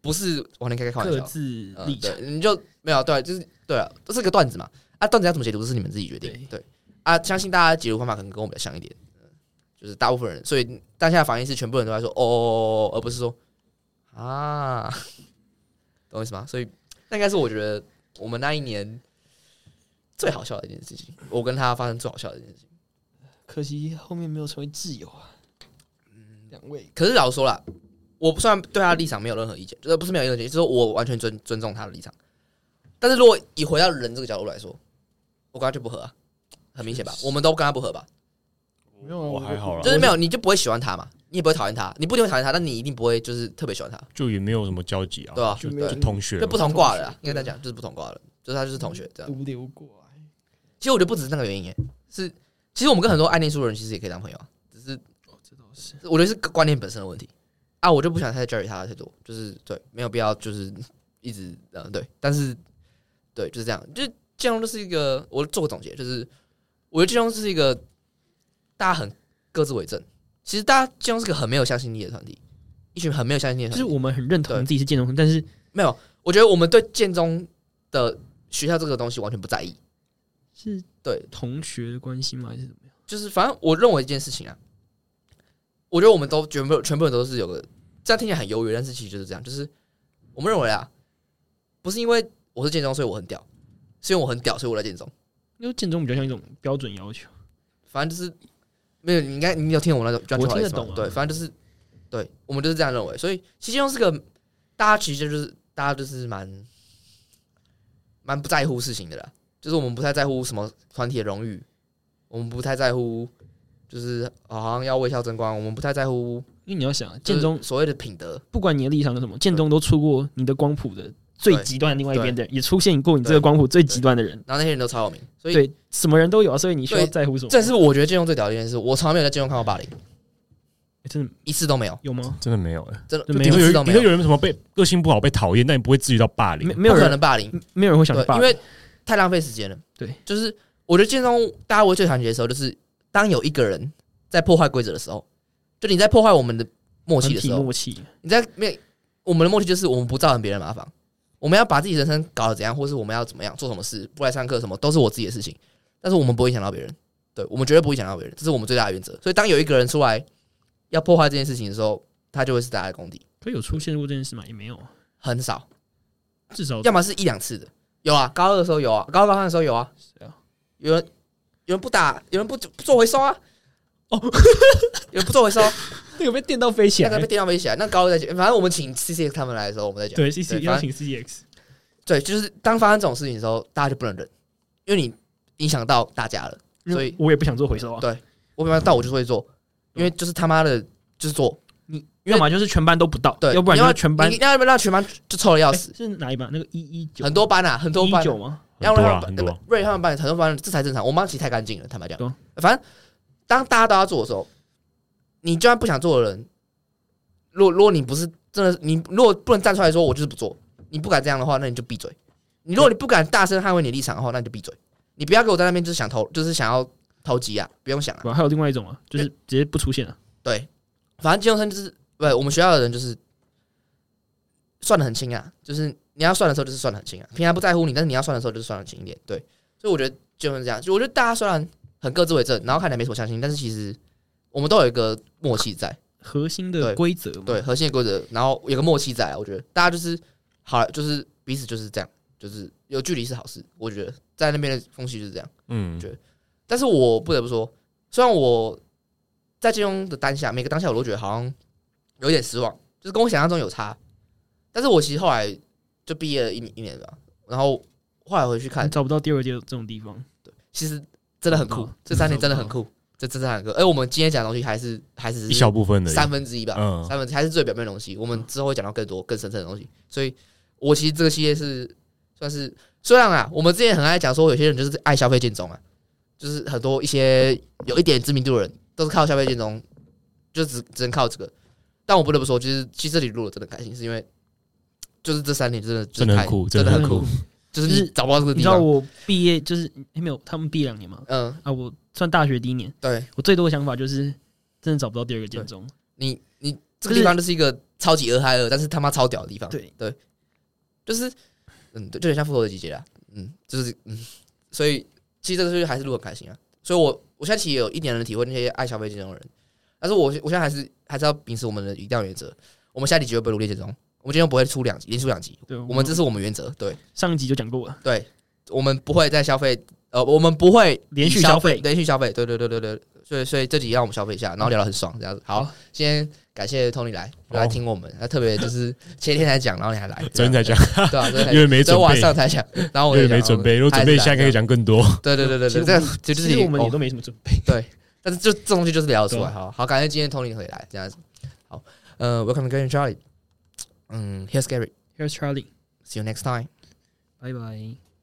不是完全开开玩各笑，自呃立场对，，你就没有对，就是对啊，这是个段子嘛，啊，段子要怎么解读是你们自己决定，对啊，相信大家解读方法可能跟我们比较像一点，呃就是大部分人，所以当下的反应是全部人都在说哦哦哦，哦而不是说啊，懂我意思吗？所以那应该是我觉得我们那一年最好笑的一件事情，我跟他发生最好笑的一件事情。可惜后面没有成为挚友啊。嗯两位可是老实说啦，我虽然对他的立场没有任何意见，就是不是没有任何意见，就是我完全尊尊重他的立场。但是如果以回到人这个角度来说，我跟他就不合啊，很明显吧？我们都跟他不合吧？没有啊我我还好啦就，是没有，你就不会喜欢他嘛，你也不会讨厌他，你不一定会讨厌他，但你一定不会就是特别喜欢他，就也没有什么交集啊，对吧、就没有就同学就嘛，不同挂的、啊，应该这样讲，就是不同挂的，就是他就是同学这样。独流过啊来，其实我觉得不只是那个原因耶，是其实我们跟很多爱念书的人其实也可以当朋友啊，只是哦，这倒是。我觉得是观念本身的问题啊，我就不想太 judge 他太多，就是对，没有必要就是一直呃对，但是对就是这样，就建中就是一个我做个总结，就是我觉得建中是一个大家很各自为政，其实大家建中是个很没有向心力的团体，一群很没有向心力的就团体，是我们很认同对自己是建中生，但是没有，我觉得我们对建中的学校这个东西完全不在意，是对同学的关系吗？还是怎么样？就是反正我认为一件事情啊，我觉得我们都全部全部人都是有个，这样听起来很优越，但是其实就是这样，就是我们认为啊，不是因为我是建中所以我很屌，是因为我很屌所以我来建中，因为建中比较像一种标准要求，反正就是没有你应该你有听我那种专我辑好听意得思懂吗啊对，反正就是对我们就是这样认为，所以其实建中是个大家其实就是大家就是蛮蛮不在乎事情的啦，就是我们不太在乎什么团体的荣誉，我们不太在乎。就是好像要为校争光，我们不太在乎因为你要想啊就建是中，所谓的品德，不管你的立场是什么，建中都出过你的光谱的最极端的另外一边的人，也出现过你这个光谱最极端的人，然后那些人都超有名，所以对，什么人都有啊，所以你需要对在乎什么？这是我觉得金融最屌的一件事。我从来没有在金融看过霸凌，诶真的一次都没有，有吗？真的没有哎、真的就就一没顶多次都有人，没顶多有，有人什么被个性不好被讨厌，但你不会至于到霸凌啊没。没有不可人，能霸凌，没有人会想对去霸，因凌，为太浪费时间了。对，就是我觉得建中大家我最团结的时候，就是当有一个人在破坏规则的时候，就你在破坏我们的默团契的体时候，默契，你在没有我们的默契就是我们不造成别人麻烦，我们要把自己人生搞得怎样，或是我们要怎么样做什么事，不来上课什么都是我自己的事情，但是我们不会影响到别人，对我们绝对不会影响到别人，这是我们最大的原则。所以当有一个人出来要破坏这件事情的时候，他就会是大家的公敌，可有出现过这件事吗？也没有啊，很少，至少要么是一两次的，有啊，高二的时候有啊，高二高三的时候有啊，谁啊有人有人不打，有人不不做回收啊，哦， 有人不做 回收，那个被电到飞起那个被来，电到飞起来，那高二再讲，反正我们请 C C 他们来的时候，我们再讲。对，C C 反正邀请 C X，对，就是当发生这种事情的时候，大家就不能忍，因为你影响到大家了。所以我也不想做回收啊，对我比方到我就会做，因为就是他妈的，就是做。因为要么就是全班都不到，对，要不然你就要是全班你要不然让全班就臭的要诶死。是哪一班？那个一一九，很多班啊，很多班一啊，九吗？要很不多然啦，他很们多啊啦班，瑞他们班很多班这才正常。我妈其实太干净了，坦白讲对啊。反正当大家都要做的时候，你就算不想做的人，如果如果你不是真的，你如果不能站出来说我就是不做，你不敢这样的话，那你就闭嘴。你如果你不敢大声捍卫你的立场的话，那你就闭嘴。你不要给我在那边就是想投，就是想要投机啊，不用想啊。对吧还有另外一种啊，就是直接不出现了，啊对，反正金融生就是不，我们学校的人就是算的很清啊，就是你要算的时候就是算的很清啊，平常不在乎你，但是你要算的时候就是算的清一点。对，所以我觉得就是这样。就我觉得大家虽然很各自为政，然后看起来没什么相信，但是其实我们都有一个默契在，核心的对规则嘛，对核心的规则，然后有个默契在啊。我觉得大家就是好了，就是彼此就是这样，就是有距离是好事。我觉得在那边的风气就是这样。嗯就，但是我不得不说，虽然我在金庸的当下，每个当下我都觉得好像有点失望，就是跟我想象中有差。但是我其实后来就毕业了一年一年吧，然后后来回去看你，找不到第二届这种地方，其实真的很酷嗯，这三年真的很酷，这这三很酷。哎而我们今天讲的东西还是还只一是小部分的三分之一吧，嗯三分之一还是最表面的东西。我们之后会讲到更多更深层的东西，所以我其实这个系列是算是虽然啊，我们之前很爱讲说有些人就是爱消费建中啊，就是很多一些有一点知名度的人都是靠消费建中，就只只能靠这个。但我不得不说，就是其实这里录的真的很开心，是因为就是这三年真的真的很太酷，真的的很很酷酷，，就是就是你找不到这个你地知道方。我毕业就是诶没有，他们毕业两年嘛，嗯，啊，我算大学第一年，对我最多的想法就是真的找不到第二个建中，你你这就个是地方就是一个超级俄亥俄，但是他妈超屌的地方。对对，就是嗯，对，就很像复仇的季节啊，嗯，就是嗯，所以其实这个就是还是录得很开心啊。所以我我现在其实有一点能体会那些爱消费这种人，但是我我现在还是还是要秉持我们的一定原则，我们下集绝对不会录猎这种，我们今天不会出两集，连出两集，对，我们这是我们原则，对上一集就讲过了，对，我们不会再消费，呃，我们不会连续以消消费连续消费，对对对对对，所以所以这集让我们消费一下，然后聊得很爽这样子。好好，今天感谢 Tony 来好来听我们，他特别就是前天才讲，然后你还来，昨天才讲， 对啊，昨天才因为没昨准天晚备，上才讲，然后因我就 讲为没准备，如果准备一下可以，讲更多。哦对对对对其实对，我这们就其是实你我们也哦都没什么准备，但是就这东西就是聊得出对啊来，好好，感谢今天 Tony 可以来这样子，好，呃，Welcome again Charlie，嗯，Here's Gary，See Here's Charlie， you next time。拜拜。